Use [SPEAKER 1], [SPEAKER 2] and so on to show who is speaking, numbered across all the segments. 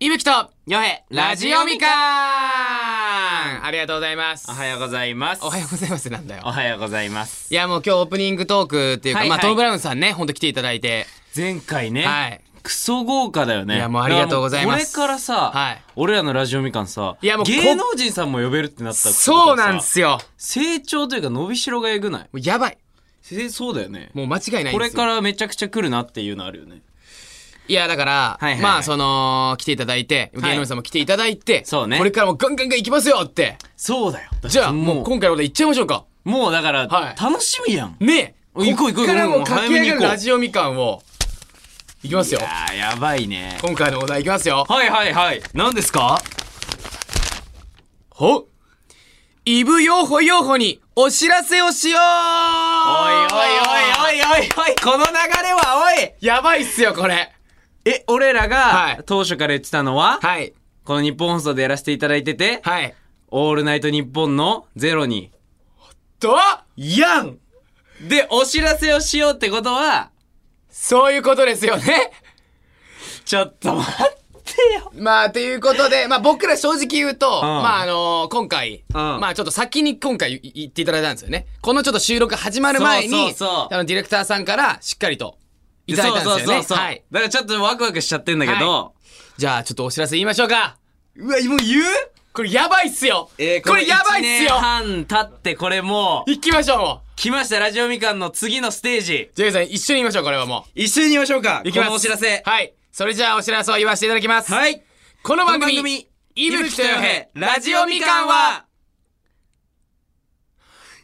[SPEAKER 1] いぶきとよへラジオみかんありがとうございます
[SPEAKER 2] おはようございます。
[SPEAKER 1] おはようございますなんだ
[SPEAKER 2] お
[SPEAKER 1] よ
[SPEAKER 2] はようございます。
[SPEAKER 1] いやもう今日オープニングトークっていうか、
[SPEAKER 2] はいはい
[SPEAKER 1] まあトム・ブラウンさんねほんと来ていただいて
[SPEAKER 2] 前回ね、
[SPEAKER 1] はい
[SPEAKER 2] クソ豪華だよね。
[SPEAKER 1] いやもうありがとうございます
[SPEAKER 2] だからもうこれからさ、
[SPEAKER 1] はい
[SPEAKER 2] 俺らのラジオみかんさ、
[SPEAKER 1] いやもうこ
[SPEAKER 2] 芸能人さんも呼べるってなったってことはさ
[SPEAKER 1] そうなんですよ
[SPEAKER 2] 成長というか伸びしろがえぐない。
[SPEAKER 1] もうやばい
[SPEAKER 2] せそうだよね。
[SPEAKER 1] もう間違いないんですよ
[SPEAKER 2] これからめちゃくちゃ来るなっていうのあるよね。
[SPEAKER 1] いやだから、
[SPEAKER 2] はいはいはい
[SPEAKER 1] まあその来ていただいて
[SPEAKER 2] はい
[SPEAKER 1] 芸能人さんも来ていただいて、
[SPEAKER 2] そうね
[SPEAKER 1] これからもガンガンガン行きますよって
[SPEAKER 2] そうだよ。
[SPEAKER 1] じゃあもう今回のこと行っちゃいましょうか
[SPEAKER 2] う、もうだから、
[SPEAKER 1] はい
[SPEAKER 2] 楽しみやん。
[SPEAKER 1] ねえ
[SPEAKER 2] 行こう行こう行こう
[SPEAKER 1] っからもう
[SPEAKER 2] もう
[SPEAKER 1] 駆
[SPEAKER 2] 早
[SPEAKER 1] け
[SPEAKER 2] め
[SPEAKER 1] 上
[SPEAKER 2] に
[SPEAKER 1] が
[SPEAKER 2] 行こう
[SPEAKER 1] るラジオみかんを行きますよ
[SPEAKER 2] あーやばいね。
[SPEAKER 1] 今回のお題いきますよ
[SPEAKER 2] はいはいはい。何ですか
[SPEAKER 1] ほイブヨーホヨーホにお知らせをしよう
[SPEAKER 2] おいおいおいおいおいおい、この流れはおい
[SPEAKER 1] やばいっすよこれ
[SPEAKER 2] え、俺ら
[SPEAKER 1] はい
[SPEAKER 2] が当初から言ってたのは、
[SPEAKER 1] はい
[SPEAKER 2] この日本放送でやらせていただいてて、
[SPEAKER 1] はい
[SPEAKER 2] オールナイト日本のゼロに、
[SPEAKER 1] と
[SPEAKER 2] やんで、お知らせをしようってことは、
[SPEAKER 1] そういうことですよね
[SPEAKER 2] ちょっと待って よ。
[SPEAKER 1] まあ、ということで、まあ僕ら正直言うと、まああのー今回、
[SPEAKER 2] ん
[SPEAKER 1] まあちょっと先に今回い言っていただいたんですよね。このちょっと収録始まる前に、
[SPEAKER 2] そうそうそう
[SPEAKER 1] あのディレクターさんからしっかりといただいたんですよね。はい。
[SPEAKER 2] だからちょっとワクワクしちゃってんだけど、
[SPEAKER 1] はじゃあちょっとお知らせ言いましょうか。
[SPEAKER 2] うわ、もう言う
[SPEAKER 1] これやばいっすよ、これやばいっすよ
[SPEAKER 2] 1年半経ってこれもう、
[SPEAKER 1] 行きましょうも
[SPEAKER 2] 来ました、ラジオみかんの次のステー
[SPEAKER 1] う。。
[SPEAKER 2] ジ
[SPEAKER 1] ジェイさん一緒に言いましょう、これはもう。
[SPEAKER 2] 一緒に言いましょうか。
[SPEAKER 1] 行きます。
[SPEAKER 2] このお知らせ。
[SPEAKER 1] はい。それじゃあお知らせを言わせていただきます。。
[SPEAKER 2] はいい
[SPEAKER 1] この
[SPEAKER 2] この
[SPEAKER 1] 番
[SPEAKER 2] 番
[SPEAKER 1] 組、
[SPEAKER 2] 組、
[SPEAKER 1] いぶきとよへ、
[SPEAKER 2] ラ
[SPEAKER 1] ラ
[SPEAKER 2] ジ
[SPEAKER 1] ジ
[SPEAKER 2] オ
[SPEAKER 1] オ
[SPEAKER 2] み
[SPEAKER 1] み
[SPEAKER 2] か
[SPEAKER 1] か
[SPEAKER 2] ん
[SPEAKER 1] ん
[SPEAKER 2] は
[SPEAKER 1] は、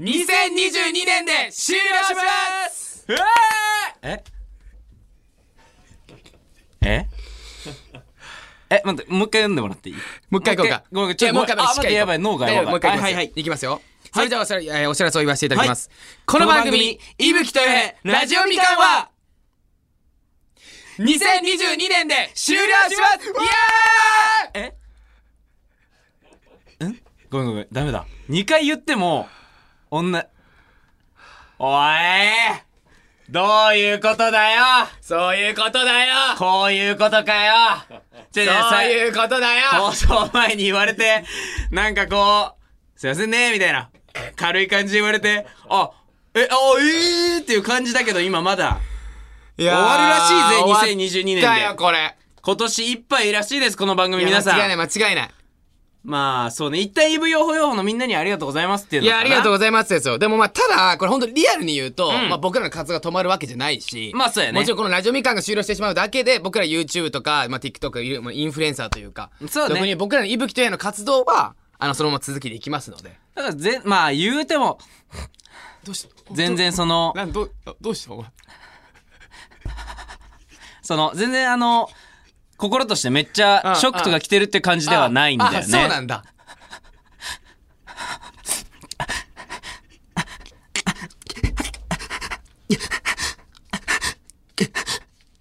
[SPEAKER 1] 2022年で終了します
[SPEAKER 2] えええ、待って、もう一回読んでもらっていい
[SPEAKER 1] もう一回行こうか。
[SPEAKER 2] もう一回ごめんちょっと
[SPEAKER 1] もう一回しっかり
[SPEAKER 2] もう一回
[SPEAKER 1] と
[SPEAKER 2] あ待ってやばい脳が
[SPEAKER 1] 大丈夫
[SPEAKER 2] やばい
[SPEAKER 1] もう一回きます
[SPEAKER 2] はいはいはい
[SPEAKER 1] いきますよ。それじゃあお知らせ、えーお知らせを言わせていただきます。この番組、いぶきとよへ、ラジオみかんは、2022年で終了しますイエーイ
[SPEAKER 2] えんごめんごめん、ダメだ。二回言っても、女、おいどういうことだよ
[SPEAKER 1] そういうことだよ
[SPEAKER 2] こういうことかよちょちょ
[SPEAKER 1] そう
[SPEAKER 2] さ
[SPEAKER 1] いうことだよ
[SPEAKER 2] 放送前に言われて、なんかこう、すいませんね、みたいな、軽い感じで言われて、あ、え、あ、えーっていう感じだけど、今まだ、
[SPEAKER 1] 終
[SPEAKER 2] 終わるらしいぜ、2022年で。
[SPEAKER 1] だよ、これ。
[SPEAKER 2] 今年いっぱいらしいです、この番組皆さん。
[SPEAKER 1] 間違いない、間違いない。
[SPEAKER 2] まあ、そうね、一旦イブ用保養のみんなにありがとうございますっていう
[SPEAKER 1] い
[SPEAKER 2] のか
[SPEAKER 1] や、
[SPEAKER 2] な
[SPEAKER 1] ありがとうございますですよ。でもまあ、ただ、これ本当にリアルに言うと、
[SPEAKER 2] ん
[SPEAKER 1] まあ僕らの活動が止まるわけじゃないし、
[SPEAKER 2] まあそうやね
[SPEAKER 1] もちろんこのラジオみかんが終了してしまうだけで、僕ら YouTube とか、まあ TikTok、いろいろまあインフルエンサーというか、
[SPEAKER 2] そうね
[SPEAKER 1] 特に僕らのいぶきとやの活動は、あの、そのまま続きでいきますので。
[SPEAKER 2] だからぜ、まあ、言うても、
[SPEAKER 1] どうした
[SPEAKER 2] 全。然その、
[SPEAKER 1] なん、どう、どうしたお前。
[SPEAKER 2] その、全然あの、心としてめっちゃ
[SPEAKER 1] あ
[SPEAKER 2] ショックとか来てるって感じではないんだよね。
[SPEAKER 1] あそうなんだ。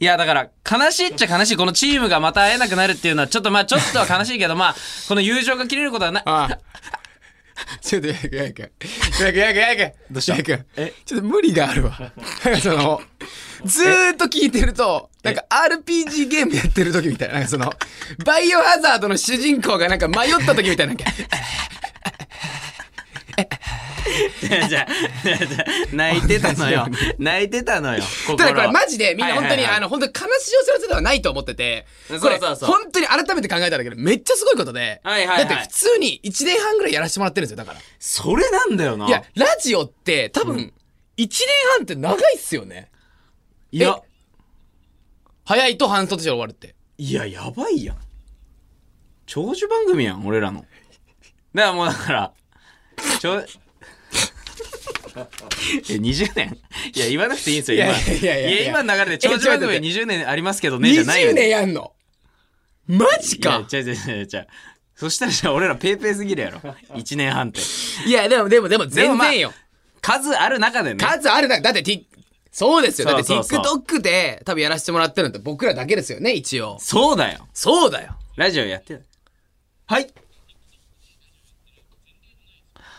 [SPEAKER 2] いや、だから、悲しいっちゃ悲しい。このチームがまた会えなくなるっていうのは、ちょっとまあ、ちょっとは悲しいけど、まあ、この友情が切れることはない。
[SPEAKER 1] ああ。ちょっと、やくやく。やくやくやく。どうしたやく。
[SPEAKER 2] え
[SPEAKER 1] ちょっと無理があるわ。なんかその、ずーっと聞いてると、なんか RPG ゲームやってる時みたいな、なんかその、バイオハザードの主人公がなんか迷った時みたいな、なんか、
[SPEAKER 2] じゃあ、じゃあ泣いてた のよ。泣いてたのよ。
[SPEAKER 1] ただ
[SPEAKER 2] 心
[SPEAKER 1] こ
[SPEAKER 2] は
[SPEAKER 1] れマジでみんな本当に、
[SPEAKER 2] はいはいはい
[SPEAKER 1] あの、本当に悲しいお知らせではないと思ってて、
[SPEAKER 2] そう
[SPEAKER 1] これ
[SPEAKER 2] そうそう
[SPEAKER 1] 本当に改めて考えたんだけど、めっちゃすごいことで、
[SPEAKER 2] はいはいはい
[SPEAKER 1] だって普通に1年半ぐらいやらせてもらってるんですよ、だから。
[SPEAKER 2] それなんだよな。
[SPEAKER 1] いや、ラジオって多分、1年半って長いっすよね。
[SPEAKER 2] いや、
[SPEAKER 1] 早いと半年で終わるって。
[SPEAKER 2] いや、やばいやん。長寿番組やん、俺らの。だからもうだから、ちょ、え、20年いや、言わなくていいんですよ、今。
[SPEAKER 1] いやいやいやいや
[SPEAKER 2] 今の流れで長寿番組
[SPEAKER 1] えちょっと待って
[SPEAKER 2] 20年ありますけどね、じゃないよ
[SPEAKER 1] 20年やんのマジ
[SPEAKER 2] いや
[SPEAKER 1] か
[SPEAKER 2] 違う違う違う違う。そしたらじゃあ俺らペーペーすぎるや ろ。1年半って。
[SPEAKER 1] いや、でも、でも、でも、
[SPEAKER 2] でも
[SPEAKER 1] 全
[SPEAKER 2] まあ
[SPEAKER 1] 然よ。
[SPEAKER 2] 数ある中でね。
[SPEAKER 1] 数あるな。だって、ティそうですよ。だって
[SPEAKER 2] そうそうそ
[SPEAKER 1] TikTok で多分やらせてもらってるのって僕らだけですよね、一応。
[SPEAKER 2] そうだよ。
[SPEAKER 1] そうだよ。
[SPEAKER 2] ラジオやってる。はい。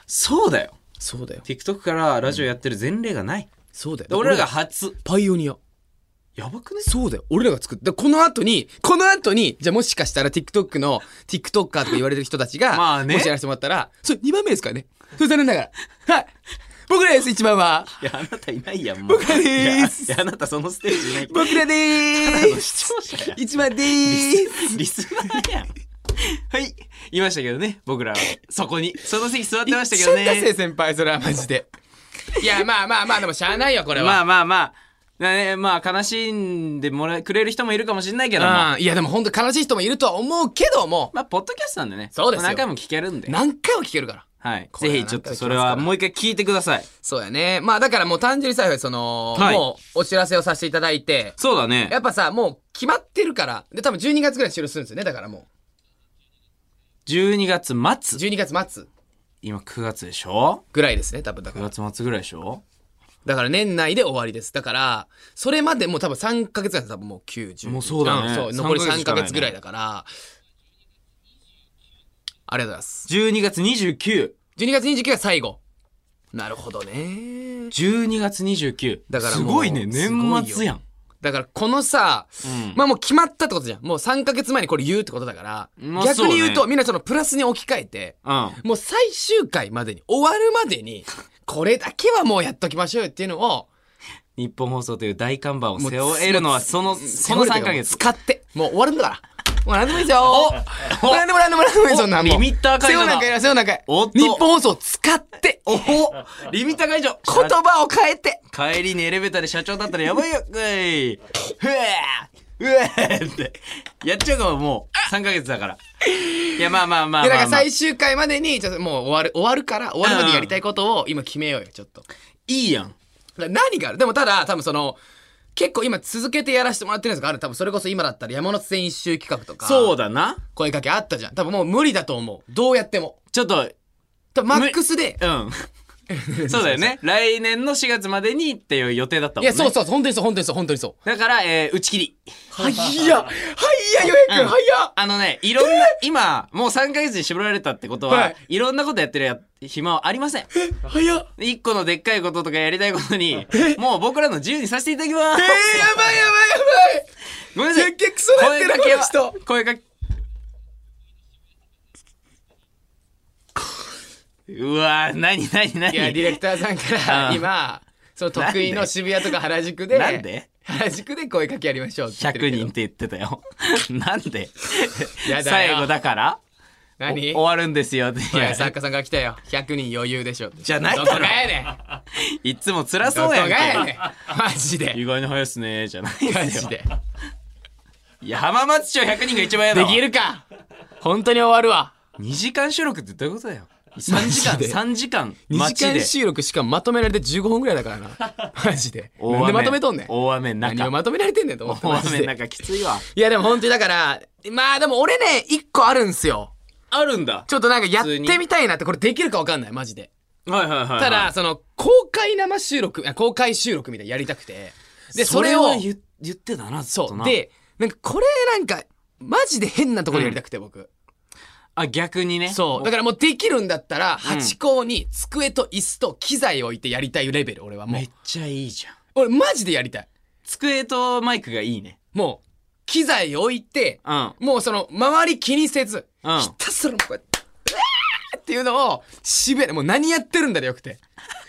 [SPEAKER 2] そうだよ。
[SPEAKER 1] そうだよ。
[SPEAKER 2] TikTok からラジオやってる前例がない。
[SPEAKER 1] そうだよ
[SPEAKER 2] で。俺らが初。
[SPEAKER 1] パイオニア。
[SPEAKER 2] やばくね
[SPEAKER 1] そうだよ。俺らが作った。でこの後に、この後に、じゃあもしかしたら TikTok の TikToker とか言われてる人たちが、
[SPEAKER 2] まあね
[SPEAKER 1] もしやらせてもらったら、それ2番目ですからね。それ残念ながら。はい。僕らです、1番は。
[SPEAKER 2] いや、あなたいない やん、もう。
[SPEAKER 1] 僕らでーす
[SPEAKER 2] いや、いやあなたそのステージいない。
[SPEAKER 1] 僕らで
[SPEAKER 2] ただ
[SPEAKER 1] ー
[SPEAKER 2] の
[SPEAKER 1] す。
[SPEAKER 2] 視聴者や。
[SPEAKER 1] 1番でーす。
[SPEAKER 2] リスナーやん。はい。いましたけどね、僕らは。そこに。その席座ってましたけど
[SPEAKER 1] 一瞬だ
[SPEAKER 2] ね
[SPEAKER 1] せ。先輩、それはマジで。いや、まあまあまあ、でもしゃあないよ、これは。
[SPEAKER 2] まあまあまあ。なね、まあ悲しんでもらえくれる人もいるかもしれないけども。
[SPEAKER 1] うんいやでも本当悲しい人もいるとは思うけども
[SPEAKER 2] まあ、ポッドキャストなんでね。
[SPEAKER 1] そうですよ
[SPEAKER 2] 何回も聞けるんで。
[SPEAKER 1] 何回も聞けるから
[SPEAKER 2] はい。
[SPEAKER 1] これ
[SPEAKER 2] ぜ
[SPEAKER 1] は
[SPEAKER 2] ひ、ちょっとそれはもう一回聞いてください。
[SPEAKER 1] そうやねまあだからもう単純にさその、
[SPEAKER 2] はい
[SPEAKER 1] もうお知らせをさせていただいて
[SPEAKER 2] そうだね
[SPEAKER 1] や。っぱさもう決まってるからで多分12月ぐらいに終了するんですよねだからも
[SPEAKER 2] 12
[SPEAKER 1] う
[SPEAKER 2] 月末。
[SPEAKER 1] 12月末
[SPEAKER 2] 今9月でしょ
[SPEAKER 1] ぐらいですね多分だから
[SPEAKER 2] ?9 月末ぐらいでしょ
[SPEAKER 1] だから年内で終わりですだからそれまでもう多分3ヶ月ぐらいです多分もう90
[SPEAKER 2] もうそうだね
[SPEAKER 1] んそう残り3
[SPEAKER 2] 3ヶ
[SPEAKER 1] ヶ
[SPEAKER 2] 月
[SPEAKER 1] 月
[SPEAKER 2] ぐ
[SPEAKER 1] ぐ
[SPEAKER 2] ら
[SPEAKER 1] ら
[SPEAKER 2] い
[SPEAKER 1] い
[SPEAKER 2] ね
[SPEAKER 1] だからありがとうございます
[SPEAKER 2] ?12 月29。
[SPEAKER 1] 12月29日が最後なるほどね
[SPEAKER 2] 12月29。
[SPEAKER 1] だから
[SPEAKER 2] す
[SPEAKER 1] もう
[SPEAKER 2] ごいね。
[SPEAKER 1] すご
[SPEAKER 2] 年
[SPEAKER 1] いよ
[SPEAKER 2] 末やん。
[SPEAKER 1] だからこのさ、
[SPEAKER 2] うん
[SPEAKER 1] まあもう決まったってことじゃん。もう3ヶ月前にこれ言うってことだから、
[SPEAKER 2] まあ
[SPEAKER 1] 逆に言う
[SPEAKER 2] そう
[SPEAKER 1] と
[SPEAKER 2] ね
[SPEAKER 1] みんなそのプラスに置き換えて、
[SPEAKER 2] うん。
[SPEAKER 1] もう最終回までに、終わるまでに、これだけはもうやっときましょうよっていうのを、
[SPEAKER 2] 日本放送という大看板を背負えるのはその、その
[SPEAKER 1] 背負
[SPEAKER 2] 3
[SPEAKER 1] るというかも
[SPEAKER 2] ヶ
[SPEAKER 1] う
[SPEAKER 2] 月。
[SPEAKER 1] 使って、もう終わるんだから。もう何でもいいですよもう何でも何でも何でもいいですよ、
[SPEAKER 2] お
[SPEAKER 1] 何も。
[SPEAKER 2] リミッター解
[SPEAKER 1] 背負う
[SPEAKER 2] 除だ
[SPEAKER 1] なんかいらない背負うなんかいら
[SPEAKER 2] お
[SPEAKER 1] な
[SPEAKER 2] っ
[SPEAKER 1] い
[SPEAKER 2] と
[SPEAKER 1] 日本放送を使って、
[SPEAKER 2] おおリミッター解除
[SPEAKER 1] 言葉を変えて、
[SPEAKER 2] 帰りにエレベーターで社長だったらやばいよういうえうえってやっちゃうかももう3ヶ月だからいやまあまあまあ
[SPEAKER 1] で、
[SPEAKER 2] ま
[SPEAKER 1] だ
[SPEAKER 2] あ
[SPEAKER 1] か
[SPEAKER 2] まあ、
[SPEAKER 1] ら最終回までに、ちょっともう終わる、終わるから、終わるまでやりたいことを今決めようよ、ちょっと。
[SPEAKER 2] いいやん
[SPEAKER 1] だから何があるでもただ多分その結構今続けてやらせてもらってるんですがある多分それこそ今だったら山手線一周企画とか
[SPEAKER 2] そうだな
[SPEAKER 1] 声かけあったじゃん多分もう無理だと思うどうやっても
[SPEAKER 2] ちょっと
[SPEAKER 1] 多分マックスで
[SPEAKER 2] うんそうだよね来年の4月までにっていう予定だったもん
[SPEAKER 1] い
[SPEAKER 2] ね
[SPEAKER 1] やそうそう本当にそう本当にそう本当にそう
[SPEAKER 2] だから、えー打ち切り
[SPEAKER 1] はいやはいやよえく
[SPEAKER 2] うん
[SPEAKER 1] んはいや
[SPEAKER 2] あのねいろん な今もう3ヶ月に絞られたってことは、
[SPEAKER 1] はい
[SPEAKER 2] い、ろんなことやってるや暇はありません
[SPEAKER 1] はや
[SPEAKER 2] 一個のでっかいこととかやりたいことにもう僕らの自由にさせていただきます
[SPEAKER 1] えー、やばいやばいやばい
[SPEAKER 2] ごめんなさい。
[SPEAKER 1] 結局そうなってる
[SPEAKER 2] 声かけは
[SPEAKER 1] この
[SPEAKER 2] 声かけ。うわー、なになにない
[SPEAKER 1] やディ
[SPEAKER 2] に。
[SPEAKER 1] レクターさんか
[SPEAKER 2] う
[SPEAKER 1] ら
[SPEAKER 2] ん
[SPEAKER 1] 今その得意
[SPEAKER 2] なんで
[SPEAKER 1] の渋谷とか原宿で
[SPEAKER 2] なんで
[SPEAKER 1] 原宿で声かけやりましょうって言ってる
[SPEAKER 2] 100
[SPEAKER 1] けど
[SPEAKER 2] 人って言ってたよ。 なんで
[SPEAKER 1] やだよ
[SPEAKER 2] 最後だからお
[SPEAKER 1] 何
[SPEAKER 2] 終わるんですよって。い
[SPEAKER 1] い
[SPEAKER 2] や
[SPEAKER 1] や、作家さんが来たよ。100人余裕でしょ。
[SPEAKER 2] じゃないだろ
[SPEAKER 1] どこがやねん。
[SPEAKER 2] いつも辛
[SPEAKER 1] ど
[SPEAKER 2] そ
[SPEAKER 1] こ
[SPEAKER 2] う
[SPEAKER 1] が
[SPEAKER 2] やん
[SPEAKER 1] やね
[SPEAKER 2] け。
[SPEAKER 1] ん。マジで。
[SPEAKER 2] 意外に早いっすねじゃない
[SPEAKER 1] マ
[SPEAKER 2] です
[SPEAKER 1] ジ
[SPEAKER 2] よ。
[SPEAKER 1] で。
[SPEAKER 2] いや、浜松町100人が一番やだ
[SPEAKER 1] で
[SPEAKER 2] わ。
[SPEAKER 1] きるか。本当に終わるわ。
[SPEAKER 2] ?2 時間収録ってどういうことだよ。3時間、
[SPEAKER 1] マジで
[SPEAKER 2] 3時間、
[SPEAKER 1] 2
[SPEAKER 2] 街
[SPEAKER 1] 時間
[SPEAKER 2] で。
[SPEAKER 1] 収録しかもまとめられて15分ぐらいだからな。マジで。
[SPEAKER 2] 大
[SPEAKER 1] なん
[SPEAKER 2] 雨
[SPEAKER 1] でまとめとんねん。
[SPEAKER 2] 大雨の
[SPEAKER 1] 何を
[SPEAKER 2] 中。
[SPEAKER 1] まとめられてんねんと思って。
[SPEAKER 2] 大
[SPEAKER 1] マジ
[SPEAKER 2] 雨
[SPEAKER 1] で
[SPEAKER 2] の中きついわ。
[SPEAKER 1] いや、でも本当にだから、まあでも俺ね、1個あるんすよ。
[SPEAKER 2] あるんだ。
[SPEAKER 1] ちょっとなんかやってみたいなって、これできるかわかんない、マジで。
[SPEAKER 2] はいはいはいはい。
[SPEAKER 1] ただ、その、公開生収録、あ公開収録みたいなのやりたくて。で、それ
[SPEAKER 2] は
[SPEAKER 1] を、
[SPEAKER 2] 言言ってたなずっ
[SPEAKER 1] そ
[SPEAKER 2] と
[SPEAKER 1] う。
[SPEAKER 2] な
[SPEAKER 1] で、なんかこれなんか、マジで変なところでやりたくて、僕。
[SPEAKER 2] あ逆にね
[SPEAKER 1] そう。だ
[SPEAKER 2] か
[SPEAKER 1] からもうできるんだったら、
[SPEAKER 2] ん
[SPEAKER 1] ハチ公に机と椅子と機材を置いてやりたいレベル、俺はもう
[SPEAKER 2] めっ。ちゃいいじゃん
[SPEAKER 1] 俺マジでやりたい。
[SPEAKER 2] 机とマイクがいいね
[SPEAKER 1] もう、機材置いて、
[SPEAKER 2] うん
[SPEAKER 1] もうその、周り気にせず、
[SPEAKER 2] うん
[SPEAKER 1] ひたすらもうこうやって、うわーっていうのを、しべもう何やってるんだでよくて。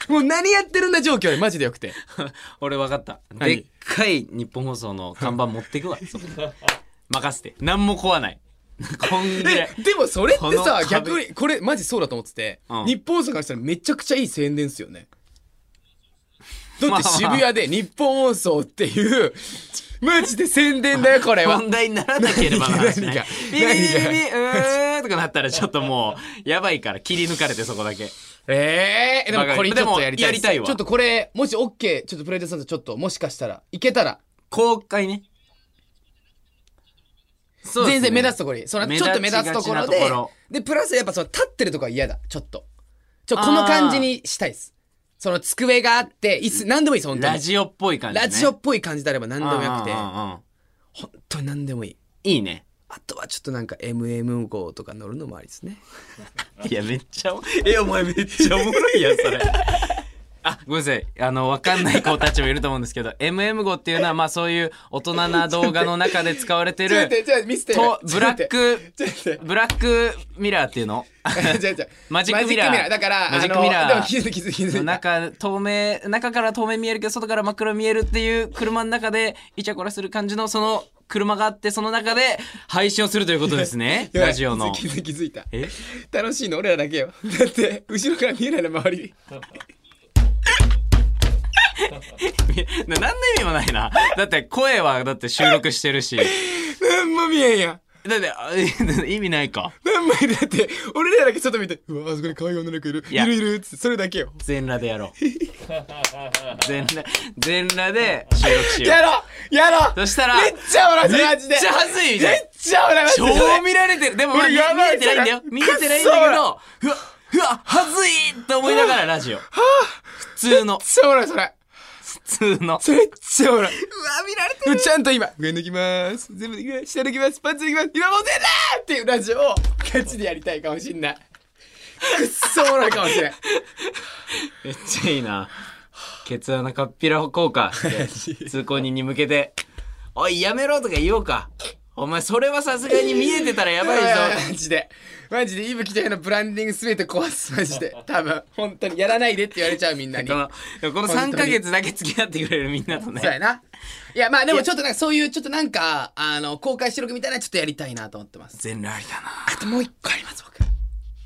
[SPEAKER 1] もう何やってるんだ状況でマジでよくて。
[SPEAKER 2] 俺分かったで
[SPEAKER 1] 何
[SPEAKER 2] っかい日本放送の看板持ってくわそこ任せて何も壊ないこんぐらい
[SPEAKER 1] えでもそれっ
[SPEAKER 2] こ
[SPEAKER 1] て
[SPEAKER 2] の
[SPEAKER 1] さ
[SPEAKER 2] 壁
[SPEAKER 1] 逆にこれマジそうだと思ってて、
[SPEAKER 2] うん
[SPEAKER 1] 日本放送からしたらめちゃくちゃいい宣伝っすよねだ
[SPEAKER 2] ま
[SPEAKER 1] っ
[SPEAKER 2] あ
[SPEAKER 1] て渋谷で日本放送っていうマジで宣伝 だよこれは
[SPEAKER 2] 問題にならなければならないビビビ
[SPEAKER 1] 何が
[SPEAKER 2] ビビ
[SPEAKER 1] 何が
[SPEAKER 2] うーんとかなったらちょっともうやばいから切り抜かれてそこだけ
[SPEAKER 1] えー、でもこれちょっとやりたいっす
[SPEAKER 2] でもやりたいわ
[SPEAKER 1] ちょっとこれもし OK ちょっとプレイデーさんとちょっともしかしたらいけたら
[SPEAKER 2] 公開ねそうですね
[SPEAKER 1] 全然目立つところにその
[SPEAKER 2] 目
[SPEAKER 1] ち
[SPEAKER 2] 立
[SPEAKER 1] ょ
[SPEAKER 2] ち
[SPEAKER 1] っと
[SPEAKER 2] がち
[SPEAKER 1] 目
[SPEAKER 2] な
[SPEAKER 1] 立つところで
[SPEAKER 2] ところ
[SPEAKER 1] でプラスやっぱその立ってるとこは嫌だちょっとちょこの感じにしたいですその机があって椅子何でもいいです本当に
[SPEAKER 2] ラジオっぽい感じ、ね。
[SPEAKER 1] ラジオっぽい感じであれば何で
[SPEAKER 2] うん
[SPEAKER 1] もよくて
[SPEAKER 2] うんうんうん
[SPEAKER 1] 本当に何でもいい
[SPEAKER 2] いいね。
[SPEAKER 1] あとはちょっとなんか MM 号とか乗るのもありですね
[SPEAKER 2] いや、めっちゃお、え、お前めっちゃおもろいやん、それ。 あ、ごめんなさい。あの、わかんない子たちもいると思うんです けど、MM 語っていうのは、まあそういう大人な動画の中で使われて
[SPEAKER 1] ちょっと待っ
[SPEAKER 2] る、
[SPEAKER 1] てちょっと待って見せて
[SPEAKER 2] と、ブラッ
[SPEAKER 1] ちょっ
[SPEAKER 2] ク
[SPEAKER 1] と待って、
[SPEAKER 2] ブラックミラーっていうの
[SPEAKER 1] 違う違う
[SPEAKER 2] マジックミラ
[SPEAKER 1] マ
[SPEAKER 2] ー
[SPEAKER 1] ジックミラーだから
[SPEAKER 2] マジックミラー
[SPEAKER 1] あのでも気づいた気づいた気づいた
[SPEAKER 2] 中、透明、中から透明見えるけど、外から真っ黒見えるっていう車の中で、イチャコラする感じの、その車があって、その中で配信をす るということですね。
[SPEAKER 1] やばい
[SPEAKER 2] ラジオの。
[SPEAKER 1] 気づいた気づいた
[SPEAKER 2] え
[SPEAKER 1] 楽しいの俺らだけよだって後ろから見えないの周り
[SPEAKER 2] な何の意味もないな。だって声は、だって収録してるし。だ
[SPEAKER 1] 何も見えんやん
[SPEAKER 2] ってあ、 意味ないか。
[SPEAKER 1] 何枚だって俺らだけ外見てうわあそこに可愛い女の子いるい
[SPEAKER 2] いや
[SPEAKER 1] るいるっつってそれだけよ
[SPEAKER 2] 全裸でやろう。 全裸、全裸で収録しよ
[SPEAKER 1] やろうやろう
[SPEAKER 2] そしたら
[SPEAKER 1] めっちゃおら
[SPEAKER 2] う。
[SPEAKER 1] そ
[SPEAKER 2] め
[SPEAKER 1] れマジで
[SPEAKER 2] っちゃ恥ずいみた
[SPEAKER 1] め
[SPEAKER 2] い
[SPEAKER 1] っちゃおらマ
[SPEAKER 2] な。
[SPEAKER 1] ジでそ
[SPEAKER 2] 超
[SPEAKER 1] れ
[SPEAKER 2] 見られてる。でもまあ、
[SPEAKER 1] 俺
[SPEAKER 2] 見
[SPEAKER 1] やばい
[SPEAKER 2] れてないんだよ
[SPEAKER 1] そ。れ
[SPEAKER 2] 見れてないんだけど、うわ、うわ、恥ずいって思いながらラジオ。普通の、
[SPEAKER 1] めっちゃおらそれ
[SPEAKER 2] 普通の。
[SPEAKER 1] それめっちゃおら
[SPEAKER 2] うわ、見られて
[SPEAKER 1] ちゃんと今上抜きます全部抜きます下抜きますパンツ抜きます今もう出たーっていうラジオをガチでやりたいかもしんないくっそおもろいかもしれん
[SPEAKER 2] めっちゃいいな。ケツ穴カッピラ 効果。通行人に向けて、おい、やめろとか言おうか。お前、それはさすがに見えてたら やばいぞ。
[SPEAKER 1] マジでマジで伊吹ちゃんのブランディング全て壊すマジ で多分本当にやらないでって言われちゃうみんなに
[SPEAKER 2] この、この3ヶ月だけ付き合ってくれるみんな と
[SPEAKER 1] そうや
[SPEAKER 2] ね。
[SPEAKER 1] ないやまあでもちょっとなんかそういうちょっとなんかあの公開収録みたいなのちょっとやりたいなと思ってます
[SPEAKER 2] 全裸ありだ
[SPEAKER 1] あともう一個あります僕
[SPEAKER 2] な。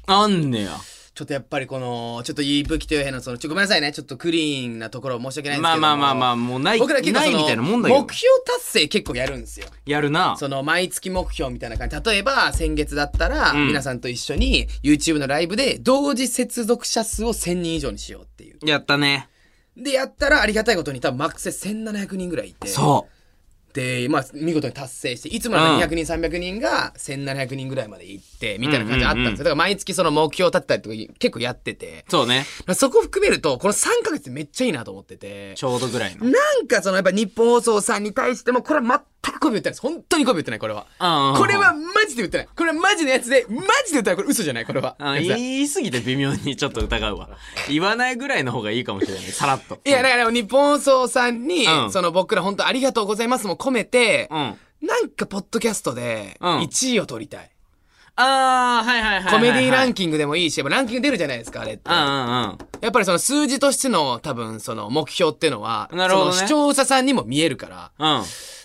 [SPEAKER 2] あんねや。
[SPEAKER 1] ちょっとやっぱりこのちょっと伊吹とよへのそのちょごめんなさいねちょっとクリーンなところ申し訳ないんです
[SPEAKER 2] ま
[SPEAKER 1] け
[SPEAKER 2] あ
[SPEAKER 1] ど
[SPEAKER 2] まあまあまあ、
[SPEAKER 1] あ
[SPEAKER 2] もうない、
[SPEAKER 1] 僕ら結構
[SPEAKER 2] な
[SPEAKER 1] そ
[SPEAKER 2] い
[SPEAKER 1] の
[SPEAKER 2] みたいなもんだけど
[SPEAKER 1] 目。標達成結構やるんですよ
[SPEAKER 2] やるな。
[SPEAKER 1] その毎月目標みたいな感じ例えば先月だったら
[SPEAKER 2] ん
[SPEAKER 1] 皆さんと一緒に YouTube のライブで同時接続者数を1000人以上にしようっていう
[SPEAKER 2] やったね。
[SPEAKER 1] でやったらありがたいことに多分マックスで1700人ぐらいいて
[SPEAKER 2] そ
[SPEAKER 1] で、まあ、見事に達成していつもだったら200人、300人が1700人ぐらいまで行ってみたいな感じがあったんですよ、
[SPEAKER 2] うんうんうん
[SPEAKER 1] だから毎月その目標立ったりとか結構やってて
[SPEAKER 2] う。そうね。
[SPEAKER 1] そこ含めるとこの3ヶ月めっちゃいいなと思ってて
[SPEAKER 2] ちょうどぐらいの。
[SPEAKER 1] なんかそのやっぱ日本放送さんに対してもこれは全く媚び売ってないです本当に媚び売ってないこれは
[SPEAKER 2] うんうんうん
[SPEAKER 1] これはマジで売ってないこれはマジのやつでマジで売ったらこれ嘘じゃないこれは
[SPEAKER 2] あ言いすぎて微妙にちょっと疑うわ。言わないぐらいの方がいいかもしれない。さらっと。
[SPEAKER 1] いや、だから日本放送さんに、
[SPEAKER 2] うん
[SPEAKER 1] その僕ら本当ありがとうございますも込めて、
[SPEAKER 2] うん。
[SPEAKER 1] なんかポッドキャストで
[SPEAKER 2] うん
[SPEAKER 1] 1位を取りたい。
[SPEAKER 2] ああ、はいはいはいはい。
[SPEAKER 1] コメディラン
[SPEAKER 2] キ
[SPEAKER 1] キングでもいいし、やっぱランキング出るじゃないですか、あれって。
[SPEAKER 2] うん
[SPEAKER 1] や
[SPEAKER 2] うんうん。
[SPEAKER 1] っぱりその数字としての多分その目標ってのは、
[SPEAKER 2] なるほどね
[SPEAKER 1] その視聴者さんにも見えるから、
[SPEAKER 2] うん。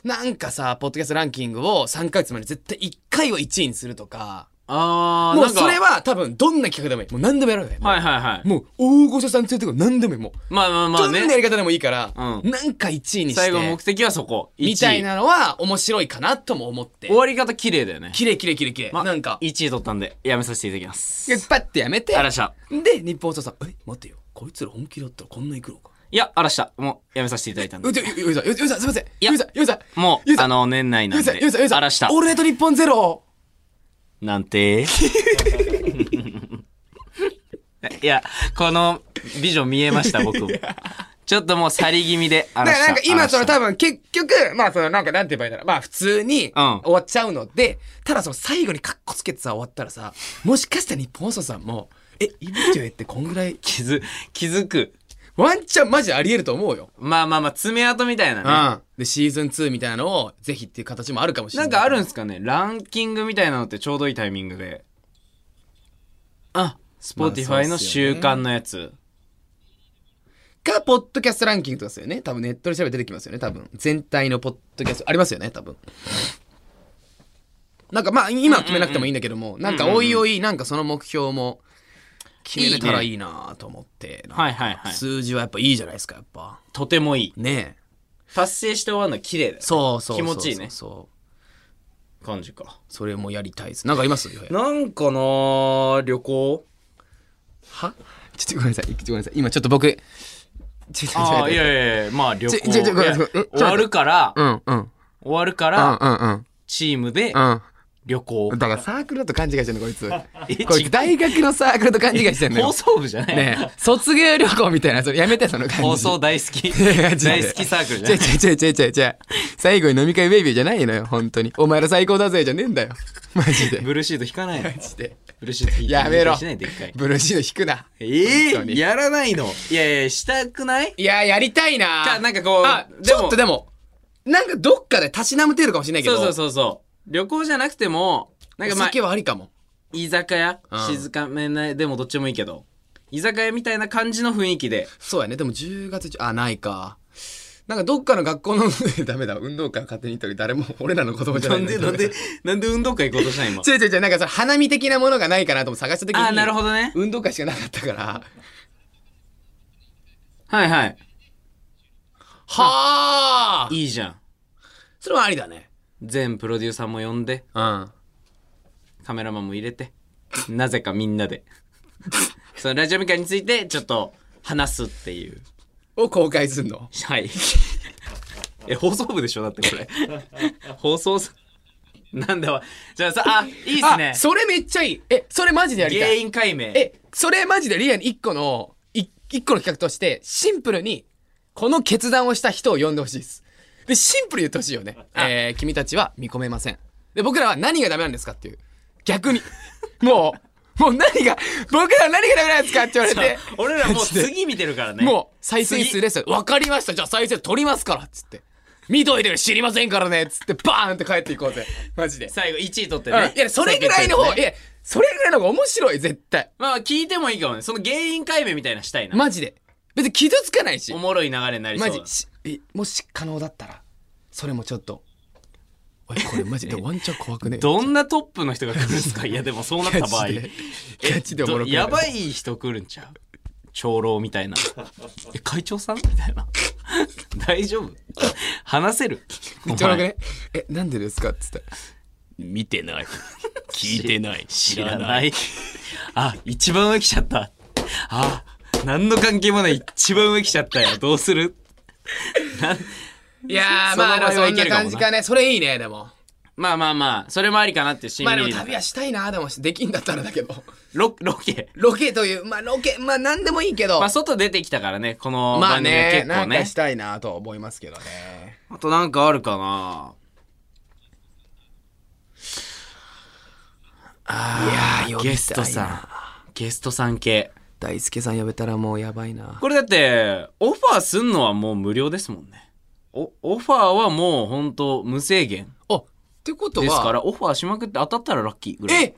[SPEAKER 1] なんかさ、ポッドキャストランキングを3ヶ月まで絶対1回を1位にするとか、
[SPEAKER 2] ああ、
[SPEAKER 1] もう
[SPEAKER 2] なんか
[SPEAKER 1] それは多分どんな企画でもいい。もう何でもやろうよ。
[SPEAKER 2] はいはいはい。
[SPEAKER 1] もう大御所さん連れてくる何でもいい。も
[SPEAKER 2] まあまあ
[SPEAKER 1] う、
[SPEAKER 2] まあ
[SPEAKER 1] どんなや
[SPEAKER 2] ね。
[SPEAKER 1] り方でもいいから、
[SPEAKER 2] う
[SPEAKER 1] なんか1位にして。
[SPEAKER 2] 最後目的はそこ。
[SPEAKER 1] みたい
[SPEAKER 2] 1
[SPEAKER 1] なのは面白いかなとも思って
[SPEAKER 2] 位。終。わり方綺麗だよね。
[SPEAKER 1] キレキレキレキレ。
[SPEAKER 2] ま
[SPEAKER 1] なんか、
[SPEAKER 2] 1位取ったんで、やめさせていただきます。
[SPEAKER 1] パッてやめて。
[SPEAKER 2] あらした。
[SPEAKER 1] で、日本放送さん、え、待てよ。こいつら本気だったらこんないくのか。
[SPEAKER 2] いや、あらした。もう、やめさせていただいたん
[SPEAKER 1] う
[SPEAKER 2] で。
[SPEAKER 1] ちょ、ゆうさん、ゆうさん、すいません。
[SPEAKER 2] や
[SPEAKER 1] ゆうさん、ゆうさん。
[SPEAKER 2] も
[SPEAKER 1] ゆ
[SPEAKER 2] う、
[SPEAKER 1] うさ
[SPEAKER 2] あ
[SPEAKER 1] ん、
[SPEAKER 2] の、年内な
[SPEAKER 1] ゆう
[SPEAKER 2] ん
[SPEAKER 1] さん、
[SPEAKER 2] で
[SPEAKER 1] ゆうさん、ゆう。さん。
[SPEAKER 2] あらした
[SPEAKER 1] オ。ールナイト日本ゼロ。
[SPEAKER 2] なんて いや、このビジョン見えました、僕も。ちょっともう去り気味で、あ
[SPEAKER 1] だからら
[SPEAKER 2] し
[SPEAKER 1] な
[SPEAKER 2] た。
[SPEAKER 1] んか今その
[SPEAKER 2] た
[SPEAKER 1] 多分結局、まあそのなんかなんて言えばいいんだろう。まあ普通に終わっちゃうので、ただその最後にカッコつけてさ終わったらさ、もしかしたら日本放送さんも、え、イブチョエってこんぐらい、
[SPEAKER 2] 気づ、気づく。
[SPEAKER 1] ワンチャンマジあり得ると思うよ。
[SPEAKER 2] まあまあまあ、爪痕みたいなね。
[SPEAKER 1] うん。で、シーズン2みたいなのを、ぜひっていう形もあるかもしれ
[SPEAKER 2] な
[SPEAKER 1] ない。
[SPEAKER 2] んかあるんですかねランキングみたいなのってちょうどいいタイミングで。あ、Spotify
[SPEAKER 1] まあそうっ
[SPEAKER 2] の
[SPEAKER 1] すよ
[SPEAKER 2] 習
[SPEAKER 1] ね
[SPEAKER 2] 慣のやつ。
[SPEAKER 1] か、ポッドキャストランキングとかですよね。多分ネットで調べて出てきますよね。多分。全体のポッドキャスト、ありますよね、多分。なんかまあ、今は決めなくてもいいんだけども、なんかおいおい、なんかその目標も、決めれたらいいなと思って。なんか
[SPEAKER 2] はいはいはい
[SPEAKER 1] 数字はやっぱいいじゃないですか、やっぱ。
[SPEAKER 2] とてもいい。
[SPEAKER 1] ねえ。
[SPEAKER 2] 達成して終わるのは綺麗だよ。
[SPEAKER 1] そうそうそうそう。
[SPEAKER 2] 気持ちいいね
[SPEAKER 1] そう。
[SPEAKER 2] 感じか。
[SPEAKER 1] それもやりたいです。なんかいますよ
[SPEAKER 2] なんかな旅行
[SPEAKER 1] はちょっとごめんなさい。ちょっとごめんなさい。今ちょっと僕、ちょっと
[SPEAKER 2] あ
[SPEAKER 1] 待っ
[SPEAKER 2] あ、
[SPEAKER 1] て
[SPEAKER 2] いやいやいや、まあ旅行。
[SPEAKER 1] ちょちょちょごめんなさい
[SPEAKER 2] いや終わるから、
[SPEAKER 1] うんうん。
[SPEAKER 2] 終わるか
[SPEAKER 1] うん
[SPEAKER 2] ら、
[SPEAKER 1] うんうん。
[SPEAKER 2] チームで
[SPEAKER 1] うん。
[SPEAKER 2] 旅行
[SPEAKER 1] だ。からサークルだと勘違いしてんの、こいつ。
[SPEAKER 2] え違う
[SPEAKER 1] こいつ大学のサークルと勘違いしてんの
[SPEAKER 2] 放
[SPEAKER 1] よ。
[SPEAKER 2] 送部じゃない、
[SPEAKER 1] ねえ、卒業旅行みたいな、それやめて、その感じ。
[SPEAKER 2] 放送大好き。
[SPEAKER 1] いや違う
[SPEAKER 2] 大好きサークルじゃない
[SPEAKER 1] 違う違う違う違う違う。最後に飲み会ベイビーじゃないのよ、本当に。お前ら最高だぜ、じゃねえんだよ。 マジで。
[SPEAKER 2] ブルーシート引かないの。
[SPEAKER 1] で
[SPEAKER 2] ブルーシート引いて
[SPEAKER 1] やめろ
[SPEAKER 2] しないで一回。
[SPEAKER 1] ブルーシート引くな。
[SPEAKER 2] ええ
[SPEAKER 1] 本当に
[SPEAKER 2] やらないのいやいや、したくない
[SPEAKER 1] いや、やりたいな
[SPEAKER 2] かなんかこう
[SPEAKER 1] あ、ち
[SPEAKER 2] でも
[SPEAKER 1] ょっとでも、なんかどっかでたしなむてるかもしれないけ
[SPEAKER 2] そ
[SPEAKER 1] ど。
[SPEAKER 2] うそうそうそう。旅行じゃなくても、なんか
[SPEAKER 1] お
[SPEAKER 2] まあ
[SPEAKER 1] 酒、はありかも。
[SPEAKER 2] 居酒屋、
[SPEAKER 1] うん
[SPEAKER 2] 静かめな、でもどっちもいいけど、居酒屋みたいな感じの雰囲気で、
[SPEAKER 1] そうやね。でも10月中、あ、ないか。なんかどっかの学校の、ダメだ、運動会を勝手に行った時誰も俺らの子供じゃ
[SPEAKER 2] な
[SPEAKER 1] ない
[SPEAKER 2] ん
[SPEAKER 1] の
[SPEAKER 2] で、
[SPEAKER 1] に
[SPEAKER 2] なんで、なんで運動会行こうとしたの今。
[SPEAKER 1] 違う違う違う、なんかさ、花見的なものがないかなと思って探した時に。
[SPEAKER 2] あー、なるほどね。
[SPEAKER 1] 運動会しかなかったから。
[SPEAKER 2] はいはい。
[SPEAKER 1] はあ
[SPEAKER 2] いいじゃん。
[SPEAKER 1] それはありだね。
[SPEAKER 2] 全プロデューサーも呼んで、
[SPEAKER 1] うん。
[SPEAKER 2] カメラマンも入れて、なぜかみんな で。そのラジオミカについて、ちょっと話すっていう。
[SPEAKER 1] を公開すんの。
[SPEAKER 2] はい。 え、放送部でしょだって これ。放送さ、なんだわ。じゃあさ、あ、いいっすね
[SPEAKER 1] あ、。それめっちゃいい。え、それマジでやりた
[SPEAKER 2] 原
[SPEAKER 1] い。
[SPEAKER 2] 因解明。
[SPEAKER 1] え、それマジでリアに一個の、い一個の企画として、シンプルに、この決断をした人を呼んでほしいです。で、シンプルに言ってほしいよね。
[SPEAKER 2] あ
[SPEAKER 1] えー、君たちは見込めません。で、僕らは何がダメなんですかっていう。逆に。もう、もう何が、僕らは何がダメなんですかって言われ
[SPEAKER 2] そう
[SPEAKER 1] て。
[SPEAKER 2] 俺らもう次見てるからね。
[SPEAKER 1] もう再生数ですよ。わかりました。じゃあ再生取りますから。つって。見といて知りませんからね。つってバーンって帰っていこうぜ。マジで。
[SPEAKER 2] 最後1位取って
[SPEAKER 1] うん
[SPEAKER 2] ね。
[SPEAKER 1] いや、それぐらいの方、いや、それぐらいの方が面白い、絶対。
[SPEAKER 2] まあ聞いてもいいかもね。その原因解明みたいなしたいな。
[SPEAKER 1] マジで。別に傷つかないし
[SPEAKER 2] お。もろい流れになりそう
[SPEAKER 1] マ
[SPEAKER 2] だ。
[SPEAKER 1] ジ。しえもし可能だったら、それもちょっと。おい、これマ ジでワンチャン怖くね。
[SPEAKER 2] どんなトップの人が来るんですかいやでもそうなった場
[SPEAKER 1] ガ
[SPEAKER 2] 合
[SPEAKER 1] チで。 ガチでおもろくな
[SPEAKER 2] え
[SPEAKER 1] い
[SPEAKER 2] どやばい人来るんちゃう長老みた いな。え、会長さんみたいな。 大丈夫話 せる
[SPEAKER 1] めっちゃ怖くね。え、なんでですかっつったら。見てない。聞いてない。
[SPEAKER 2] 知らない。あ、一番上来ちゃった。あ、何の関係もない一番上来ちゃったよ。どうする
[SPEAKER 1] いやー、
[SPEAKER 2] そ
[SPEAKER 1] まあ、
[SPEAKER 2] その場合
[SPEAKER 1] そ
[SPEAKER 2] はい
[SPEAKER 1] ん
[SPEAKER 2] け
[SPEAKER 1] な
[SPEAKER 2] るかも
[SPEAKER 1] 感
[SPEAKER 2] な
[SPEAKER 1] じかね。それいいね、でも。
[SPEAKER 2] まあまあまあ、それもありかなっていうシーン
[SPEAKER 1] まあでも旅はしたいな、でもできんだったらだけど。
[SPEAKER 2] ロロケ。
[SPEAKER 1] ロケという、まあロケ、まあ何でもいいけど。
[SPEAKER 2] まあ外出てきたからね、この
[SPEAKER 1] まあ
[SPEAKER 2] 番組は
[SPEAKER 1] ね
[SPEAKER 2] 結、
[SPEAKER 1] な
[SPEAKER 2] 構
[SPEAKER 1] ん
[SPEAKER 2] ね。
[SPEAKER 1] かしたいなとは思いますけどね。
[SPEAKER 2] あとなんかあるかない
[SPEAKER 1] やー、
[SPEAKER 2] ゲストさん。ゲストさん系。
[SPEAKER 1] 大輔さん呼べたらもうやばいな。
[SPEAKER 2] これだって、オファーすんのはもう無料ですもんね。お、オファーはもう本当無制限
[SPEAKER 1] あ、ってことは。
[SPEAKER 2] ですから、オファーしまくって当たったらラッキーぐらい。
[SPEAKER 1] え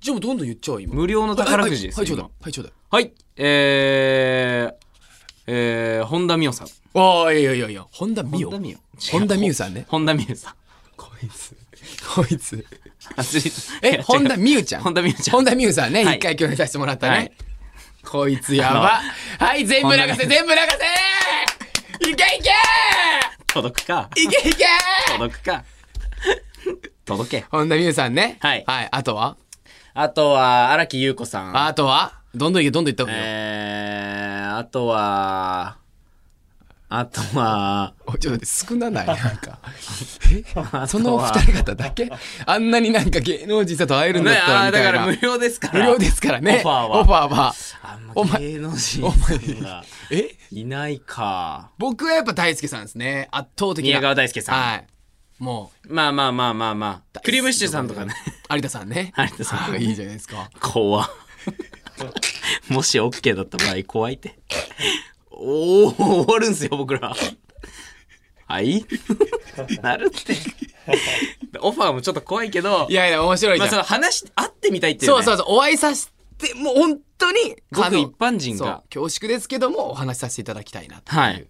[SPEAKER 1] じゃあもうどんどん言っちゃおう、今。
[SPEAKER 2] 無料の宝くじです
[SPEAKER 1] はい、はいはいちょうだ
[SPEAKER 2] 今
[SPEAKER 1] い。はい、ちょうだい。
[SPEAKER 2] はい。えー、えー、本田美桜さん。
[SPEAKER 1] ああ、いやいやいや、本田美
[SPEAKER 2] 本田美
[SPEAKER 1] 桜。
[SPEAKER 2] 桜。
[SPEAKER 1] 本田美桜
[SPEAKER 2] ん。
[SPEAKER 1] さんね。
[SPEAKER 2] 本田美桜さん。
[SPEAKER 1] こいつ。こいつ。
[SPEAKER 2] アスリートいや
[SPEAKER 1] え、
[SPEAKER 2] 違う
[SPEAKER 1] 本田美桜ちゃん。
[SPEAKER 2] 本田美桜ちゃん
[SPEAKER 1] 本田美桜さんね、
[SPEAKER 2] はい
[SPEAKER 1] 一回共演させてもらった
[SPEAKER 2] はい
[SPEAKER 1] ね。こいつやば。はい、全部流
[SPEAKER 2] 本田
[SPEAKER 1] せ、全部流せいけいけ
[SPEAKER 2] 届くか。
[SPEAKER 1] いけいけ
[SPEAKER 2] 届く か。届け。
[SPEAKER 1] 本田美桜さんね。
[SPEAKER 2] はい
[SPEAKER 1] はい、あとは
[SPEAKER 2] あとは、荒木優子さん。
[SPEAKER 1] あとはどんどんいけ、どんどんいった方がいいよ。
[SPEAKER 2] えー、あとは、あとは、
[SPEAKER 1] おちょっと待って、少な ないなんか。
[SPEAKER 2] あ
[SPEAKER 1] そ
[SPEAKER 2] と
[SPEAKER 1] の
[SPEAKER 2] は
[SPEAKER 1] 二人方だけあんなになんか芸能人さんと会えるんだ
[SPEAKER 2] ね
[SPEAKER 1] っ、たら
[SPEAKER 2] あー
[SPEAKER 1] みた
[SPEAKER 2] だ
[SPEAKER 1] い
[SPEAKER 2] か
[SPEAKER 1] な。
[SPEAKER 2] ら無料ですから。
[SPEAKER 1] 無料ですからね。
[SPEAKER 2] オファーは
[SPEAKER 1] オファーは。
[SPEAKER 2] あん
[SPEAKER 1] お
[SPEAKER 2] ま
[SPEAKER 1] 前
[SPEAKER 2] 芸能人
[SPEAKER 1] お
[SPEAKER 2] さ
[SPEAKER 1] 前
[SPEAKER 2] んが
[SPEAKER 1] え
[SPEAKER 2] いないか。
[SPEAKER 1] 僕はやっぱ大輔さんですね。圧倒的な。
[SPEAKER 2] 宮川大輔さん
[SPEAKER 1] はい。もう。
[SPEAKER 2] まあまあまあまあまあ。クリームシチューさんとか ね。。
[SPEAKER 1] 有田さんね。
[SPEAKER 2] 有田さん
[SPEAKER 1] あーいいじゃないですか。
[SPEAKER 2] 怖 もし OK だった場合怖いっておお終わるんすよ僕らはい なるってオファーもちょっと怖いけど
[SPEAKER 1] いやいや、面白いじ
[SPEAKER 2] ま
[SPEAKER 1] ゃ
[SPEAKER 2] あ
[SPEAKER 1] ん。
[SPEAKER 2] その話し会ってみたいっていう、
[SPEAKER 1] そ
[SPEAKER 2] ね、
[SPEAKER 1] うそうそう。お会いさせて、もう本当に、
[SPEAKER 2] ごく
[SPEAKER 1] あの
[SPEAKER 2] 一般人が
[SPEAKER 1] そう恐縮ですけども、お話しさせていただきたいなと。
[SPEAKER 2] はい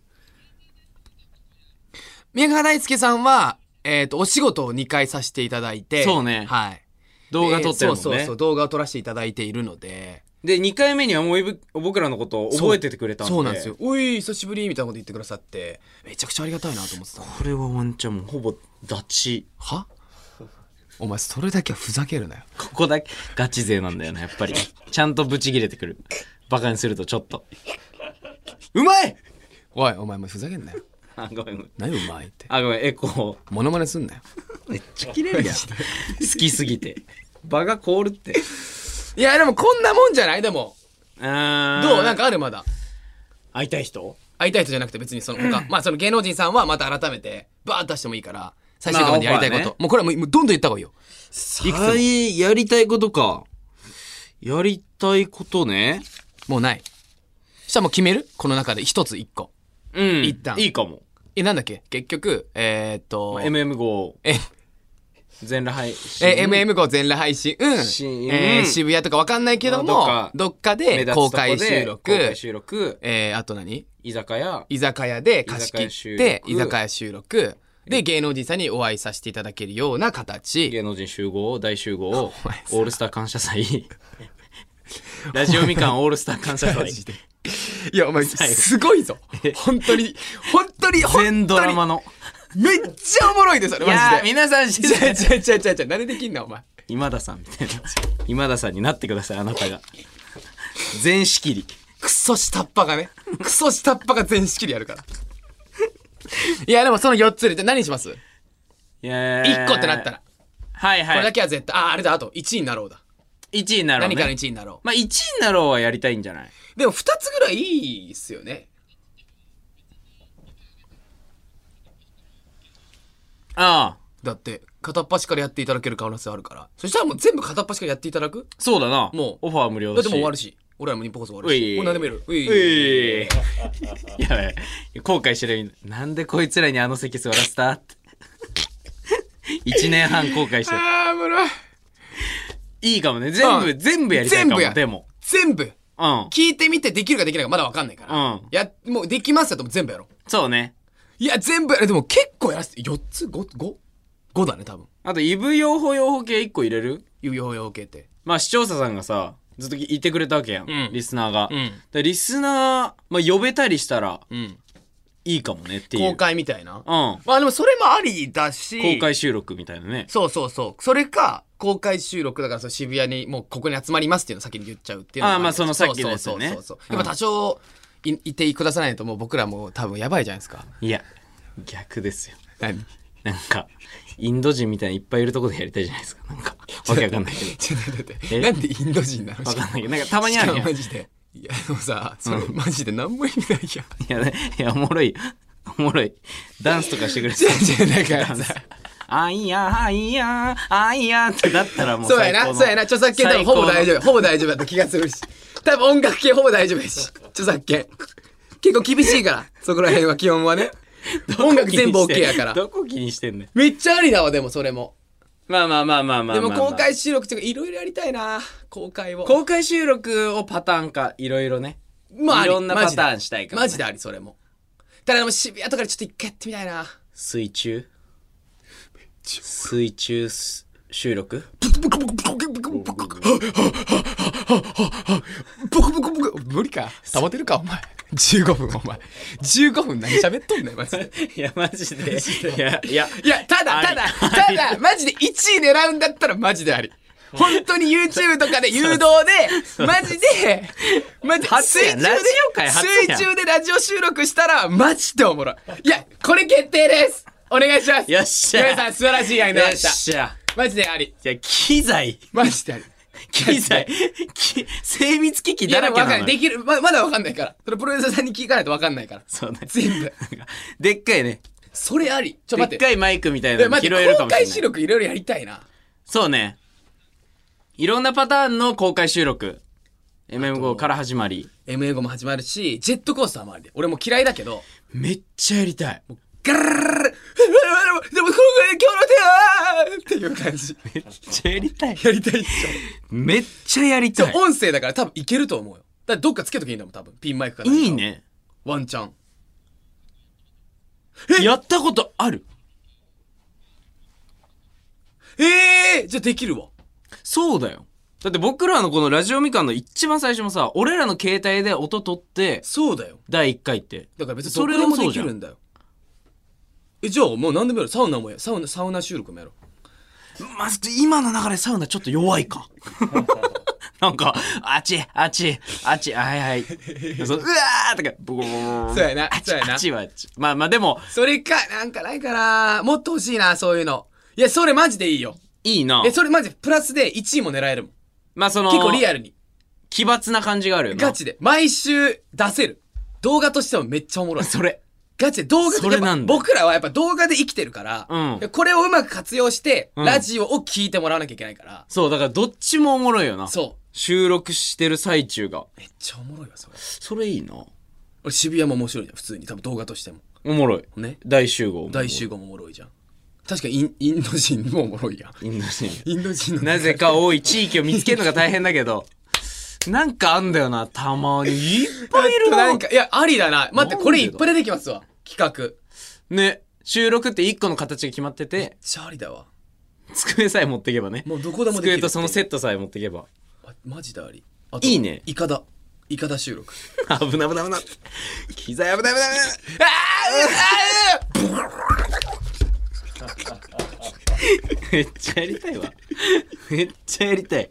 [SPEAKER 1] 宮川大輔さんは、えっ、と、お仕事を2回させていただいて。
[SPEAKER 2] そうね
[SPEAKER 1] はい。
[SPEAKER 2] 動画撮ってるもんね、
[SPEAKER 1] でそうそうそう、動画を撮らせていただいているので。
[SPEAKER 2] で2回目にはもういぶ僕らのことを覚えててくれたんで
[SPEAKER 1] そうなんですよ。おい、久しぶりみたいなこと言ってくださって、めちゃくちゃありがたいなと思ってた。
[SPEAKER 2] これはワンチャンもうほぼダチ
[SPEAKER 1] はお前、それだけはふざけるなよ。
[SPEAKER 2] ここだけガチ勢なんだよな、やっぱり。ちゃんとブチギレてくる。バカにするとちょっと。うまいう
[SPEAKER 1] おい、お前もうふざけんなよ。
[SPEAKER 2] あごめんごめん
[SPEAKER 1] 何うまいって
[SPEAKER 2] あごめんエコー
[SPEAKER 1] モノマネすんなよ
[SPEAKER 2] めっちゃ綺麗やん好きすぎて場が凍るって
[SPEAKER 1] いやでもこんなもんじゃないでも
[SPEAKER 2] うーん
[SPEAKER 1] どうなんかあるまだ
[SPEAKER 2] 会いたい人
[SPEAKER 1] 会いたい人じゃなくて別にその他、まあその芸能人さんはまた改めてバーッと出してもいいから最終回までやりたいこと、
[SPEAKER 2] まあオファーね
[SPEAKER 1] もうこれはもうもうどんどん言った方がいいよ
[SPEAKER 2] いくつもやりたいことかやりたいことね
[SPEAKER 1] もうないしたらもう決めるこの中で一つ一個
[SPEAKER 2] うん
[SPEAKER 1] 一旦
[SPEAKER 2] いいかも、
[SPEAKER 1] えなんだっけ結局えー、っと、
[SPEAKER 2] まあ、MM5
[SPEAKER 1] え
[SPEAKER 2] 全裸配信
[SPEAKER 1] え MM5 全裸配信、うん
[SPEAKER 2] 信
[SPEAKER 1] えー渋谷とかわかんないけども、どっ
[SPEAKER 2] まあ
[SPEAKER 1] かで公開収録
[SPEAKER 2] 公開収録
[SPEAKER 1] えー、あと何
[SPEAKER 2] 居酒屋
[SPEAKER 1] 居酒屋で貸し切って居
[SPEAKER 2] 居
[SPEAKER 1] 酒
[SPEAKER 2] 酒
[SPEAKER 1] 屋収録で芸能人さんにお会いさせていただけるような形
[SPEAKER 2] 芸能人集合大集合オ
[SPEAKER 1] 前さ
[SPEAKER 2] ールスター感謝祭 ラジオみかんオールスター感謝祭
[SPEAKER 1] いやお前
[SPEAKER 2] 後
[SPEAKER 1] すごいぞ本当に本当に本当に
[SPEAKER 2] 全ドラマの
[SPEAKER 1] めっちゃおもろいですそれ
[SPEAKER 2] いや
[SPEAKER 1] マ
[SPEAKER 2] ー
[SPEAKER 1] ジで
[SPEAKER 2] 皆さん知らない
[SPEAKER 1] ちゃちゃちゃちゃ何できんなお前
[SPEAKER 2] 今田さんみたいな今田さんになってくださいあなたが全仕切り
[SPEAKER 1] クソ下っ端がねクソ下っ端が全仕切りやるからいやでもその4つでじゃあ何します
[SPEAKER 2] いやー
[SPEAKER 1] ?1 個ってなったら
[SPEAKER 2] はい
[SPEAKER 1] これ
[SPEAKER 2] は
[SPEAKER 1] だ
[SPEAKER 2] い
[SPEAKER 1] けは絶対ああれだあと1位になろうだ
[SPEAKER 2] 1位になろう、ね、
[SPEAKER 1] 何かの1位になろ
[SPEAKER 2] まあ1位になろうはやりたいんじゃないう
[SPEAKER 1] でも2つぐらいいいっすよね
[SPEAKER 2] ああ
[SPEAKER 1] だって片っ端からやっていただける可能性あるからそしたらもう全部片っ端からやっていただく
[SPEAKER 2] そうだな
[SPEAKER 1] もう
[SPEAKER 2] オファー無料
[SPEAKER 1] だ
[SPEAKER 2] だ
[SPEAKER 1] って
[SPEAKER 2] し
[SPEAKER 1] もう終わるし俺らも日本放送終わる
[SPEAKER 2] う
[SPEAKER 1] し
[SPEAKER 2] い
[SPEAKER 1] もう何でもやるう
[SPEAKER 2] う
[SPEAKER 1] い
[SPEAKER 2] いやばい後悔してるなんでこいつらにあの席座らせたって1年半後悔してる
[SPEAKER 1] ああもろい
[SPEAKER 2] いいかもね全部、
[SPEAKER 1] うん
[SPEAKER 2] 全部やりた
[SPEAKER 1] 全
[SPEAKER 2] いか
[SPEAKER 1] 部
[SPEAKER 2] も
[SPEAKER 1] や
[SPEAKER 2] でも
[SPEAKER 1] 全部
[SPEAKER 2] うん
[SPEAKER 1] 聞いてみてできるかできないかまだわかんないから、
[SPEAKER 2] うん
[SPEAKER 1] やもうできますよとも全部やろう
[SPEAKER 2] そうね
[SPEAKER 1] いや全部やるでも結構やらせて4つ 5?5 5だね多分
[SPEAKER 2] あとイブ養法養法系1個入れる
[SPEAKER 1] 有用要系って
[SPEAKER 2] まあ視聴者さんがさずっといてくれたわけやん、
[SPEAKER 1] うん
[SPEAKER 2] リスナーが、
[SPEAKER 1] うん
[SPEAKER 2] でリスナー、まあ、呼べたりしたら
[SPEAKER 1] うん
[SPEAKER 2] いいかもねっていう
[SPEAKER 1] 公開みたいな
[SPEAKER 2] うん
[SPEAKER 1] まあでもそれもありだし
[SPEAKER 2] 公開収録みたいなね
[SPEAKER 1] そうそうそうそれか公開収録だからその渋谷にもうここに集まりますっていうのを先に言っちゃうっていうのが
[SPEAKER 2] あーまあそのさっきのやつ
[SPEAKER 1] そう
[SPEAKER 2] ね
[SPEAKER 1] そうそうそうやっぱ多少いいてくださないともう僕らも多分やばいじゃないですか
[SPEAKER 2] いや逆ですよ
[SPEAKER 1] 何
[SPEAKER 2] なんかインド人みたいないっぱいいるとこでやりたいじゃないですかなんかわけわかんないけど
[SPEAKER 1] ちょっと待って
[SPEAKER 2] え
[SPEAKER 1] なんでインド人なの
[SPEAKER 2] わかんないけどなんかたまにある
[SPEAKER 1] し
[SPEAKER 2] や
[SPEAKER 1] か
[SPEAKER 2] ん
[SPEAKER 1] も
[SPEAKER 2] い
[SPEAKER 1] マジでいやでもさそれマジで何も意味ない やん
[SPEAKER 2] やいやおもろいおもろいダンスとかしてくれて
[SPEAKER 1] 違う 違うだからさ
[SPEAKER 2] あいやあいやあいやってだったらもう
[SPEAKER 1] そうや
[SPEAKER 2] 最高
[SPEAKER 1] な
[SPEAKER 2] の
[SPEAKER 1] そうやな著作権多分ほぼ大丈
[SPEAKER 2] 最
[SPEAKER 1] 夫ほぼ大丈夫だと気がするし多分音楽系ほぼ大丈夫やし著作権結構厳しいからそこら辺は基本はね
[SPEAKER 2] 高の
[SPEAKER 1] 音楽全部
[SPEAKER 2] どこ気
[SPEAKER 1] OK
[SPEAKER 2] に
[SPEAKER 1] や
[SPEAKER 2] して
[SPEAKER 1] から
[SPEAKER 2] どこ気にしてんねん
[SPEAKER 1] めっちゃありだわでもそれも
[SPEAKER 2] まあまあまあまあまあ
[SPEAKER 1] で
[SPEAKER 2] まあ
[SPEAKER 1] も
[SPEAKER 2] まあ
[SPEAKER 1] 公開収録とかいろいろやりたいな公開を
[SPEAKER 2] 公開収録をパターンかいろいろね
[SPEAKER 1] まああり
[SPEAKER 2] いろんなパター
[SPEAKER 1] マジ
[SPEAKER 2] ン
[SPEAKER 1] で
[SPEAKER 2] したいからね
[SPEAKER 1] マジでありそれもただでも渋谷とかでちょっと一回やってみたいな
[SPEAKER 2] 水中水中す収録
[SPEAKER 1] ボコボコボコ無理か保てるかお前15分お前15分何喋っとんねんマジで
[SPEAKER 2] いやマジでいやいや
[SPEAKER 1] いやただ
[SPEAKER 2] あり
[SPEAKER 1] ただただマジで1位狙うんだったらマジであり本当に YouTube とかで誘導でマジでマジで
[SPEAKER 2] 初
[SPEAKER 1] 水
[SPEAKER 2] や
[SPEAKER 1] 中
[SPEAKER 2] ん
[SPEAKER 1] で
[SPEAKER 2] ラジオ界初やん
[SPEAKER 1] 水中でラジオ収録したらマジでおもろいいやこれ決定ですお願いします
[SPEAKER 2] よっし
[SPEAKER 1] 岩
[SPEAKER 2] ゃ
[SPEAKER 1] 井さん素晴らしい案にな
[SPEAKER 2] よ
[SPEAKER 1] り
[SPEAKER 2] っ
[SPEAKER 1] まし
[SPEAKER 2] しゃ
[SPEAKER 1] たマジであり
[SPEAKER 2] いや機材
[SPEAKER 1] マジであり
[SPEAKER 2] 機材き精密 機器
[SPEAKER 1] いや
[SPEAKER 2] だ
[SPEAKER 1] でも
[SPEAKER 2] らけ
[SPEAKER 1] 分かん
[SPEAKER 2] な
[SPEAKER 1] ないで
[SPEAKER 2] のよ
[SPEAKER 1] きるままだ分かんないからそれプロデューサーさんに聞かないと分かんないから
[SPEAKER 2] そうね
[SPEAKER 1] 全部
[SPEAKER 2] でっかいね
[SPEAKER 1] それありちょ
[SPEAKER 2] で
[SPEAKER 1] 待
[SPEAKER 2] っ
[SPEAKER 1] って
[SPEAKER 2] かいマイクみたい
[SPEAKER 1] い
[SPEAKER 2] な
[SPEAKER 1] や
[SPEAKER 2] の
[SPEAKER 1] 待
[SPEAKER 2] 拾
[SPEAKER 1] っ
[SPEAKER 2] え
[SPEAKER 1] て
[SPEAKER 2] るか
[SPEAKER 1] 公
[SPEAKER 2] も
[SPEAKER 1] 開
[SPEAKER 2] しれな
[SPEAKER 1] 収
[SPEAKER 2] い
[SPEAKER 1] 録いろいろやりたいな
[SPEAKER 2] そうねいろんなパターンの公開収録 MM5 から始まり
[SPEAKER 1] m a 5も始まるしジェットコースターもありで俺もう嫌いだけど
[SPEAKER 2] めっちゃやりたい
[SPEAKER 1] ガラララララララでも今回今日の手はっていう感じ
[SPEAKER 2] めっちゃやりたい
[SPEAKER 1] やりたいっし
[SPEAKER 2] めっちゃやり
[SPEAKER 1] ょ
[SPEAKER 2] たい
[SPEAKER 1] 音声だから多分いけると思うよだからどっかつけときいいんだもん多分ピンマイクかなんか
[SPEAKER 2] いいね
[SPEAKER 1] ワンチャン
[SPEAKER 2] やったことある
[SPEAKER 1] ええじゃあできるわ
[SPEAKER 2] そうだよだって僕らのこのラジオみかんの一番最初もさ俺らの携帯で音取って
[SPEAKER 1] そうだよ
[SPEAKER 2] 第1回って
[SPEAKER 1] だから別にど
[SPEAKER 2] そ
[SPEAKER 1] こ
[SPEAKER 2] れ
[SPEAKER 1] で
[SPEAKER 2] は
[SPEAKER 1] も
[SPEAKER 2] そ
[SPEAKER 1] で
[SPEAKER 2] う
[SPEAKER 1] き
[SPEAKER 2] じゃん
[SPEAKER 1] るんだよえじゃあもう何でもやるサウナもやるサウナサウナ収録もやろう
[SPEAKER 2] まず今の流れサウナちょっと弱いかなんか、あっち、あっち、あっち、はいはい。そううわーとか、ブコブコブ
[SPEAKER 1] そ
[SPEAKER 2] コ
[SPEAKER 1] うやな
[SPEAKER 2] あっち、
[SPEAKER 1] そうやな
[SPEAKER 2] あっちはあっち。まあまあでも、
[SPEAKER 1] それか、なんかないかなもっと欲しいな、そういうの。いや、それマジでいいよ。
[SPEAKER 2] いいな
[SPEAKER 1] え、。それマジでプラスで1位も狙えるもん。
[SPEAKER 2] まあその、
[SPEAKER 1] 結構リアルに。
[SPEAKER 2] 奇抜な感じがあるよな。
[SPEAKER 1] ガチで。毎週出せる。動画としてもめっちゃおもろい。
[SPEAKER 2] それ。
[SPEAKER 1] ガチで動画
[SPEAKER 2] そ
[SPEAKER 1] で
[SPEAKER 2] れ
[SPEAKER 1] やっぱ
[SPEAKER 2] なんだ
[SPEAKER 1] 僕らはやっぱ動画で生きてるから、
[SPEAKER 2] うん
[SPEAKER 1] これをうまく活用して、
[SPEAKER 2] うん
[SPEAKER 1] ラジオを聞いてもらわなきゃいけないから。
[SPEAKER 2] そう、だからどっちもおもろいよな。
[SPEAKER 1] そ
[SPEAKER 2] 収録してる最中が。
[SPEAKER 1] う。めっちゃおもろいわ、それ。
[SPEAKER 2] それいいな。
[SPEAKER 1] 俺渋谷も面白いじゃん、普通に。多分動画としても。
[SPEAKER 2] おもろい。
[SPEAKER 1] ね。
[SPEAKER 2] 大集合。
[SPEAKER 1] 大集合もおもろいじゃん。確かインインド人もおもろいやん。
[SPEAKER 2] 合。インド人。
[SPEAKER 1] インド人の。
[SPEAKER 2] なぜか多い地域を見つけるのが大変だけど、なんかあんだよな、たまに。いっぱいいるな。
[SPEAKER 1] なんか、いや、ありだな。待って、
[SPEAKER 2] なんでだ
[SPEAKER 1] これいっぱい出てきますわ。企画。めっ
[SPEAKER 2] ね、収録って一個の形が決まってて、
[SPEAKER 1] ちゃありだわ。
[SPEAKER 2] 机さえ持っていけばね。
[SPEAKER 1] もうどこでもできる
[SPEAKER 2] 机とそのセットさえ持っていけば。
[SPEAKER 1] まマジであり。あ
[SPEAKER 2] いいね
[SPEAKER 1] イカだ。イカだ収録。
[SPEAKER 2] 危ない危ない危ない。機材危ない危ない危
[SPEAKER 1] ああ
[SPEAKER 2] ない。めっちゃやりたいわ。めっちゃやりたい。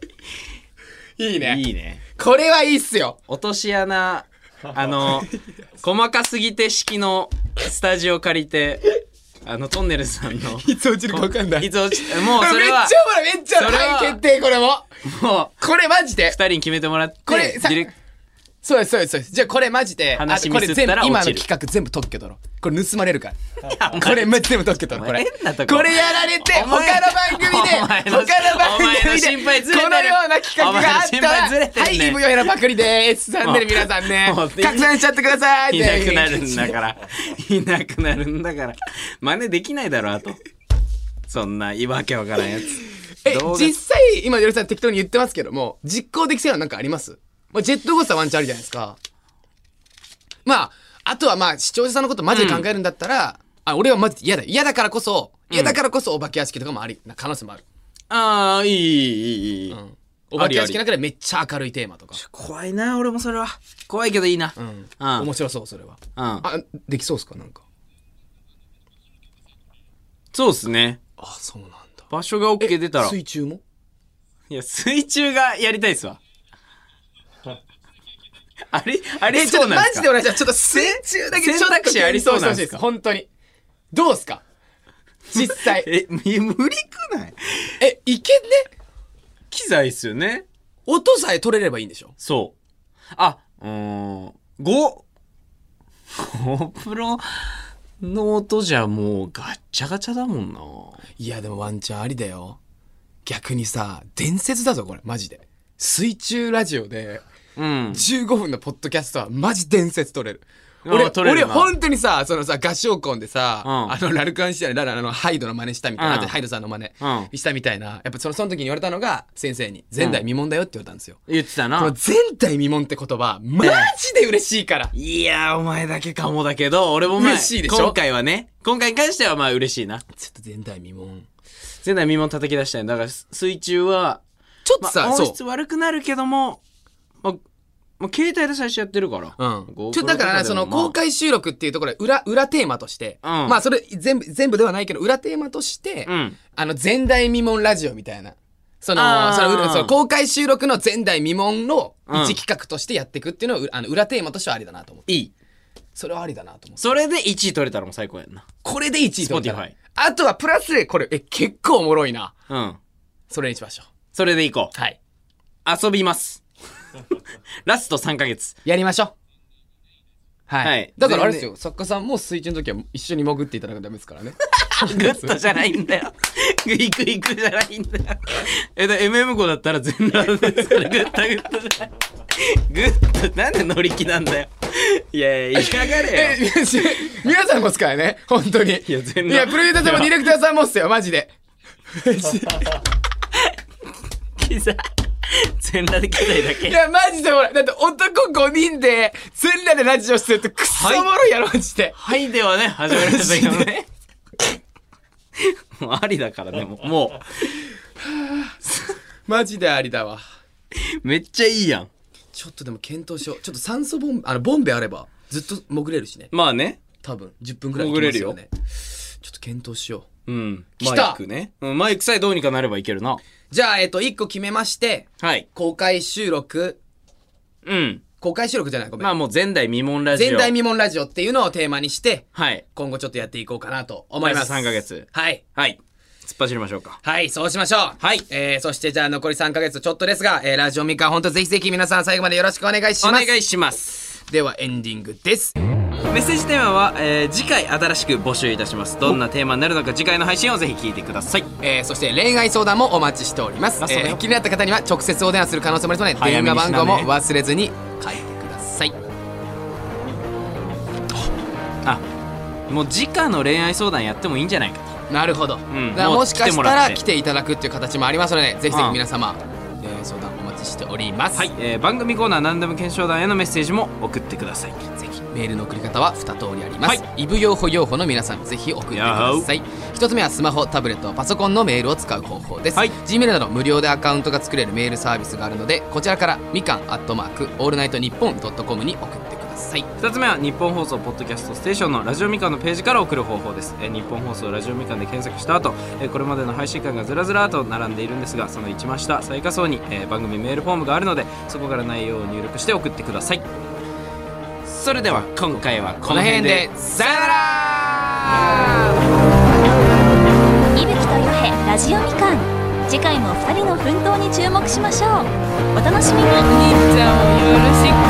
[SPEAKER 1] いいね。
[SPEAKER 2] いいね。
[SPEAKER 1] これはいいっすよ。
[SPEAKER 2] 落とし穴、あの、細かすぎて式のスタジオ借りて、あの、トンネルさんの。
[SPEAKER 1] いつ落ちるか分かんない。
[SPEAKER 2] いつ落ち、もう
[SPEAKER 1] めっ
[SPEAKER 2] それは
[SPEAKER 1] ち、ゃおもろい、めっちゃおもろい。
[SPEAKER 2] それは
[SPEAKER 1] はい、決定、これも。
[SPEAKER 2] もう、
[SPEAKER 1] これマジで
[SPEAKER 2] 二。人に決めてもらって、
[SPEAKER 1] これさ
[SPEAKER 2] ディレク
[SPEAKER 1] そうです、そうです、そうです。じゃあこれマジで、あ
[SPEAKER 2] 話
[SPEAKER 1] とこれ
[SPEAKER 2] ミス
[SPEAKER 1] 全
[SPEAKER 2] った
[SPEAKER 1] 部
[SPEAKER 2] ら、
[SPEAKER 1] 今の
[SPEAKER 2] 落ちる
[SPEAKER 1] 企画全部特許取ろう。これ盗まれるから。これ全部特許取ろう、これ。
[SPEAKER 2] お前変なとこ
[SPEAKER 1] これやられて、他
[SPEAKER 2] お
[SPEAKER 1] の番
[SPEAKER 2] 前
[SPEAKER 1] 組で、
[SPEAKER 2] お前
[SPEAKER 1] 他
[SPEAKER 2] の
[SPEAKER 1] の番
[SPEAKER 2] お前の
[SPEAKER 1] 組
[SPEAKER 2] 心配ず
[SPEAKER 1] で、
[SPEAKER 2] れてる
[SPEAKER 1] このような企画があっ
[SPEAKER 2] お前の心配ずれ
[SPEAKER 1] た
[SPEAKER 2] て
[SPEAKER 1] ら、
[SPEAKER 2] ん
[SPEAKER 1] は
[SPEAKER 2] ね
[SPEAKER 1] い、イブヨヘラパクリでーす。チャンネル皆さんね、
[SPEAKER 2] もう
[SPEAKER 1] 拡散しちゃってください。
[SPEAKER 2] いなくなるんだから。いなくなるんだから。真似できないだろ、あと。そんな、いわけわからんやつ。
[SPEAKER 1] え
[SPEAKER 2] 動画、
[SPEAKER 1] 実際、今、よりさん適当に言ってますけども、実行できそうなのなんかありますまあ、ジェットコースターワンチャンあるじゃないですか。まあ、あとはまあ、視聴者さんのことマジで考えるんだったら、あ、俺はマジで嫌だ。嫌だからこそ、嫌だからこそお化け屋敷とかもあり、な可能性もある。
[SPEAKER 2] ああ、いい、いい、いい。い
[SPEAKER 1] お化け屋敷の中でめっちゃ明るいテーマとか。
[SPEAKER 2] 怖いな、俺もそれは。怖いけどいいな。う
[SPEAKER 1] うん
[SPEAKER 2] ん。
[SPEAKER 1] 面白そう、それは。
[SPEAKER 2] うん。
[SPEAKER 1] あ、できそうっすかなんか。
[SPEAKER 2] そうっすね。
[SPEAKER 1] あ、そうなんだ。
[SPEAKER 2] 場所が OK 出たら。
[SPEAKER 1] 水中も
[SPEAKER 2] いや、水中がやりたいっすわ。あれあれ
[SPEAKER 1] え、ちょ
[SPEAKER 2] そ
[SPEAKER 1] っ
[SPEAKER 2] う
[SPEAKER 1] と
[SPEAKER 2] な
[SPEAKER 1] マ
[SPEAKER 2] んです
[SPEAKER 1] ジ
[SPEAKER 2] か
[SPEAKER 1] でお願いします。ちょっと水中だけ
[SPEAKER 2] せ
[SPEAKER 1] ちょっと
[SPEAKER 2] 選択肢ありそうなんです
[SPEAKER 1] 検討してほし
[SPEAKER 2] か。
[SPEAKER 1] い本当に。どうっすか実際
[SPEAKER 2] え、み無理くない
[SPEAKER 1] え、いけんね
[SPEAKER 2] 機材っすよね。
[SPEAKER 1] 音さえ取れればいいんでしょ
[SPEAKER 2] そう。あ、うーん、ご、GoPro の音じゃもうガッチャガチャだもんな。
[SPEAKER 1] いやでもワンチャンありだよ逆にさ伝説だぞこれマジで水中ラジオで
[SPEAKER 2] うん。
[SPEAKER 1] 15分のポッドキャストはマジ伝説取れる
[SPEAKER 2] あ
[SPEAKER 1] 俺
[SPEAKER 2] 取れ
[SPEAKER 1] 俺
[SPEAKER 2] るな
[SPEAKER 1] 本当にさそのさ合唱コンでさ、
[SPEAKER 2] うん
[SPEAKER 1] あのラルカンシアララのハイドの真似したみたいな、
[SPEAKER 2] うん
[SPEAKER 1] あとハイドさんの真似
[SPEAKER 2] うん
[SPEAKER 1] したみたいな、やっぱそのその時に言われたのが先生に前代未聞だよって言われたんですよ、
[SPEAKER 2] 言ってた
[SPEAKER 1] この
[SPEAKER 2] な。
[SPEAKER 1] 前代未聞って言葉マジで嬉しいから
[SPEAKER 2] いやー、お前だけかもだけど、俺もまあ、
[SPEAKER 1] 嬉しいでしょ
[SPEAKER 2] 今回はね、今回に関してはまあ嬉しいな。
[SPEAKER 1] ちょっと前代未聞
[SPEAKER 2] 前代未聞叩き出したい。だからす水中は、
[SPEAKER 1] ちょっと
[SPEAKER 2] ま
[SPEAKER 1] さ、
[SPEAKER 2] あ、
[SPEAKER 1] そ
[SPEAKER 2] 音
[SPEAKER 1] う
[SPEAKER 2] 質悪くなるけども、まあ、まあ、携帯で最初やってるから。
[SPEAKER 1] うん
[SPEAKER 2] GoPro
[SPEAKER 1] ちょっとだからね、
[SPEAKER 2] と
[SPEAKER 1] そ
[SPEAKER 2] でも
[SPEAKER 1] の
[SPEAKER 2] まあ
[SPEAKER 1] 公開収録っていうところで裏、裏テーマとして、
[SPEAKER 2] うん
[SPEAKER 1] まあそれ全部、全部ではないけど、裏テーマとして、
[SPEAKER 2] うん
[SPEAKER 1] あの、前代未聞ラジオみたいな。そ
[SPEAKER 2] あ
[SPEAKER 1] の、
[SPEAKER 2] ー
[SPEAKER 1] そのその公開収録の前代未聞の
[SPEAKER 2] うん
[SPEAKER 1] 一企画としてやっていくっていうのを、うあの裏テーマとしてはありだなと思って。
[SPEAKER 2] いい。
[SPEAKER 1] それはありだなと思って。
[SPEAKER 2] それで1位取れたらもう最高やんな。
[SPEAKER 1] これで1位取ったら
[SPEAKER 2] Spotify
[SPEAKER 1] あとはプラスで、これ、え、結構おもろいな。
[SPEAKER 2] うん。
[SPEAKER 1] それにしましょ
[SPEAKER 2] それでいこう
[SPEAKER 1] う。。はい。
[SPEAKER 2] 遊びます。ラスト3ヶ月。
[SPEAKER 1] やりましょう。はい。
[SPEAKER 2] はい
[SPEAKER 1] だからあれですよ、作家さんも水中の時は一緒に潜っていただくとダメですからね。
[SPEAKER 2] グッドじゃないんだよ。グイグイグじゃないんだよ。え、だ MM 号だったら全裸ですから、グッドグッドじゃない。グッド、なんで乗り気なんだよ。いやいや、いかがれ
[SPEAKER 1] え
[SPEAKER 2] よ。
[SPEAKER 1] 皆さん皆さんもっすからね、本当に。い
[SPEAKER 2] や全然
[SPEAKER 1] プロデューサーさんもディレクターさんもっすよ、マジで。
[SPEAKER 2] キザ。全裸で機材だけ。
[SPEAKER 1] いや、マジでほら、だって男5人で、全裸でラジオしてるとクソおもろいやろ、マジで。
[SPEAKER 2] はいではね、始まりましたけどね。 もうありだからね、もう。も
[SPEAKER 1] マジでありだわ。
[SPEAKER 2] う、めっちゃいいやん。
[SPEAKER 1] ちょっとでも検討しよう。ちょっと酸素ボンベ、あの、ボンベあれば、ずっと潜れるしね。
[SPEAKER 2] まあね。
[SPEAKER 1] 多分、10分くらいいけますよね。ちょっと検討しよう。
[SPEAKER 2] うん。
[SPEAKER 1] 来た
[SPEAKER 2] マイクね。うん、マイクさえどうにかなればいけるな。
[SPEAKER 1] じゃあ、えっと、一個決めまして、
[SPEAKER 2] はい。
[SPEAKER 1] 公開収録、
[SPEAKER 2] うん。
[SPEAKER 1] 公開収録じゃない、ごめん。
[SPEAKER 2] まあもう前代未聞ラジオ。
[SPEAKER 1] 全体未聞ラジオっていうのをテーマにして、
[SPEAKER 2] はい。
[SPEAKER 1] 今後ちょっとやっていこうかなと思
[SPEAKER 2] 思
[SPEAKER 1] い
[SPEAKER 2] い
[SPEAKER 1] ま。
[SPEAKER 2] ますす。3ヶ。月。
[SPEAKER 1] はい。
[SPEAKER 2] はい。突っ走りましょうか。
[SPEAKER 1] はい、そうしましょう。
[SPEAKER 2] はい
[SPEAKER 1] えー、そしてじゃあ残り3ヶ月とちょっとですが、えー、ラジオミカ、本当ぜひぜひ皆さん最後までよろしくお願いし
[SPEAKER 2] お
[SPEAKER 1] ます。
[SPEAKER 2] 願いします。
[SPEAKER 1] ではエンディングです。
[SPEAKER 2] メッセージテーマは、えー次回新しく募集いたします。どんなテーマになるのか次回の配信をぜひ聞いてください。
[SPEAKER 1] えー、そして恋愛相談もお待ちしております。
[SPEAKER 2] ラストだよ
[SPEAKER 1] えー気になった方には直接お電話する可能性もありますので、
[SPEAKER 2] 早
[SPEAKER 1] 電
[SPEAKER 2] め
[SPEAKER 1] 話
[SPEAKER 2] にしな
[SPEAKER 1] 番
[SPEAKER 2] ね
[SPEAKER 1] 号も忘れずに書いてください。
[SPEAKER 2] あ、もう直の恋愛相談やってもいいんじゃないかと。
[SPEAKER 1] なるほど。
[SPEAKER 2] ん
[SPEAKER 1] だから
[SPEAKER 2] もう
[SPEAKER 1] もしかし
[SPEAKER 2] 来ても
[SPEAKER 1] た
[SPEAKER 2] ら
[SPEAKER 1] ら
[SPEAKER 2] って
[SPEAKER 1] 来ていただくっていう形もありますので、ぜひぜひ
[SPEAKER 2] うん
[SPEAKER 1] 皆様、恋愛相談お待ちしております。
[SPEAKER 2] はい、えー番組コーナー何でも検証団へのメッセージも送ってください。ぜひ。
[SPEAKER 1] メールの送り方は2通りあります、
[SPEAKER 2] は
[SPEAKER 1] イブ用法用法の皆さんぜひ送ってください1つ目はスマホタブレットパソコンのメールを使う方法です、
[SPEAKER 2] はい
[SPEAKER 1] Gmail など無料でアカウントが作れるメールサービスがあるのでこちらからみかんアットマークオールナイトニッポンドットコムに送ってください
[SPEAKER 2] 2つ目は日本放送ポッドキャストステーションのラジオみかんのページから送る方法ですえー日本放送ラジオみかんで検索した後えーこれまでの配信会がずらずらと並んでいるんですがその一番下最下層にえー番組メールフォームがあるのでそこから内容を入力して送ってくださいそれでは今回は
[SPEAKER 1] こ
[SPEAKER 2] この
[SPEAKER 1] の
[SPEAKER 2] 辺
[SPEAKER 1] 辺
[SPEAKER 2] で
[SPEAKER 1] でさよなら
[SPEAKER 3] 伊吹とヨヘラジオみかん次回も2人の奮闘に注目しましょうお楽しみに
[SPEAKER 4] お兄ちゃんをよろしく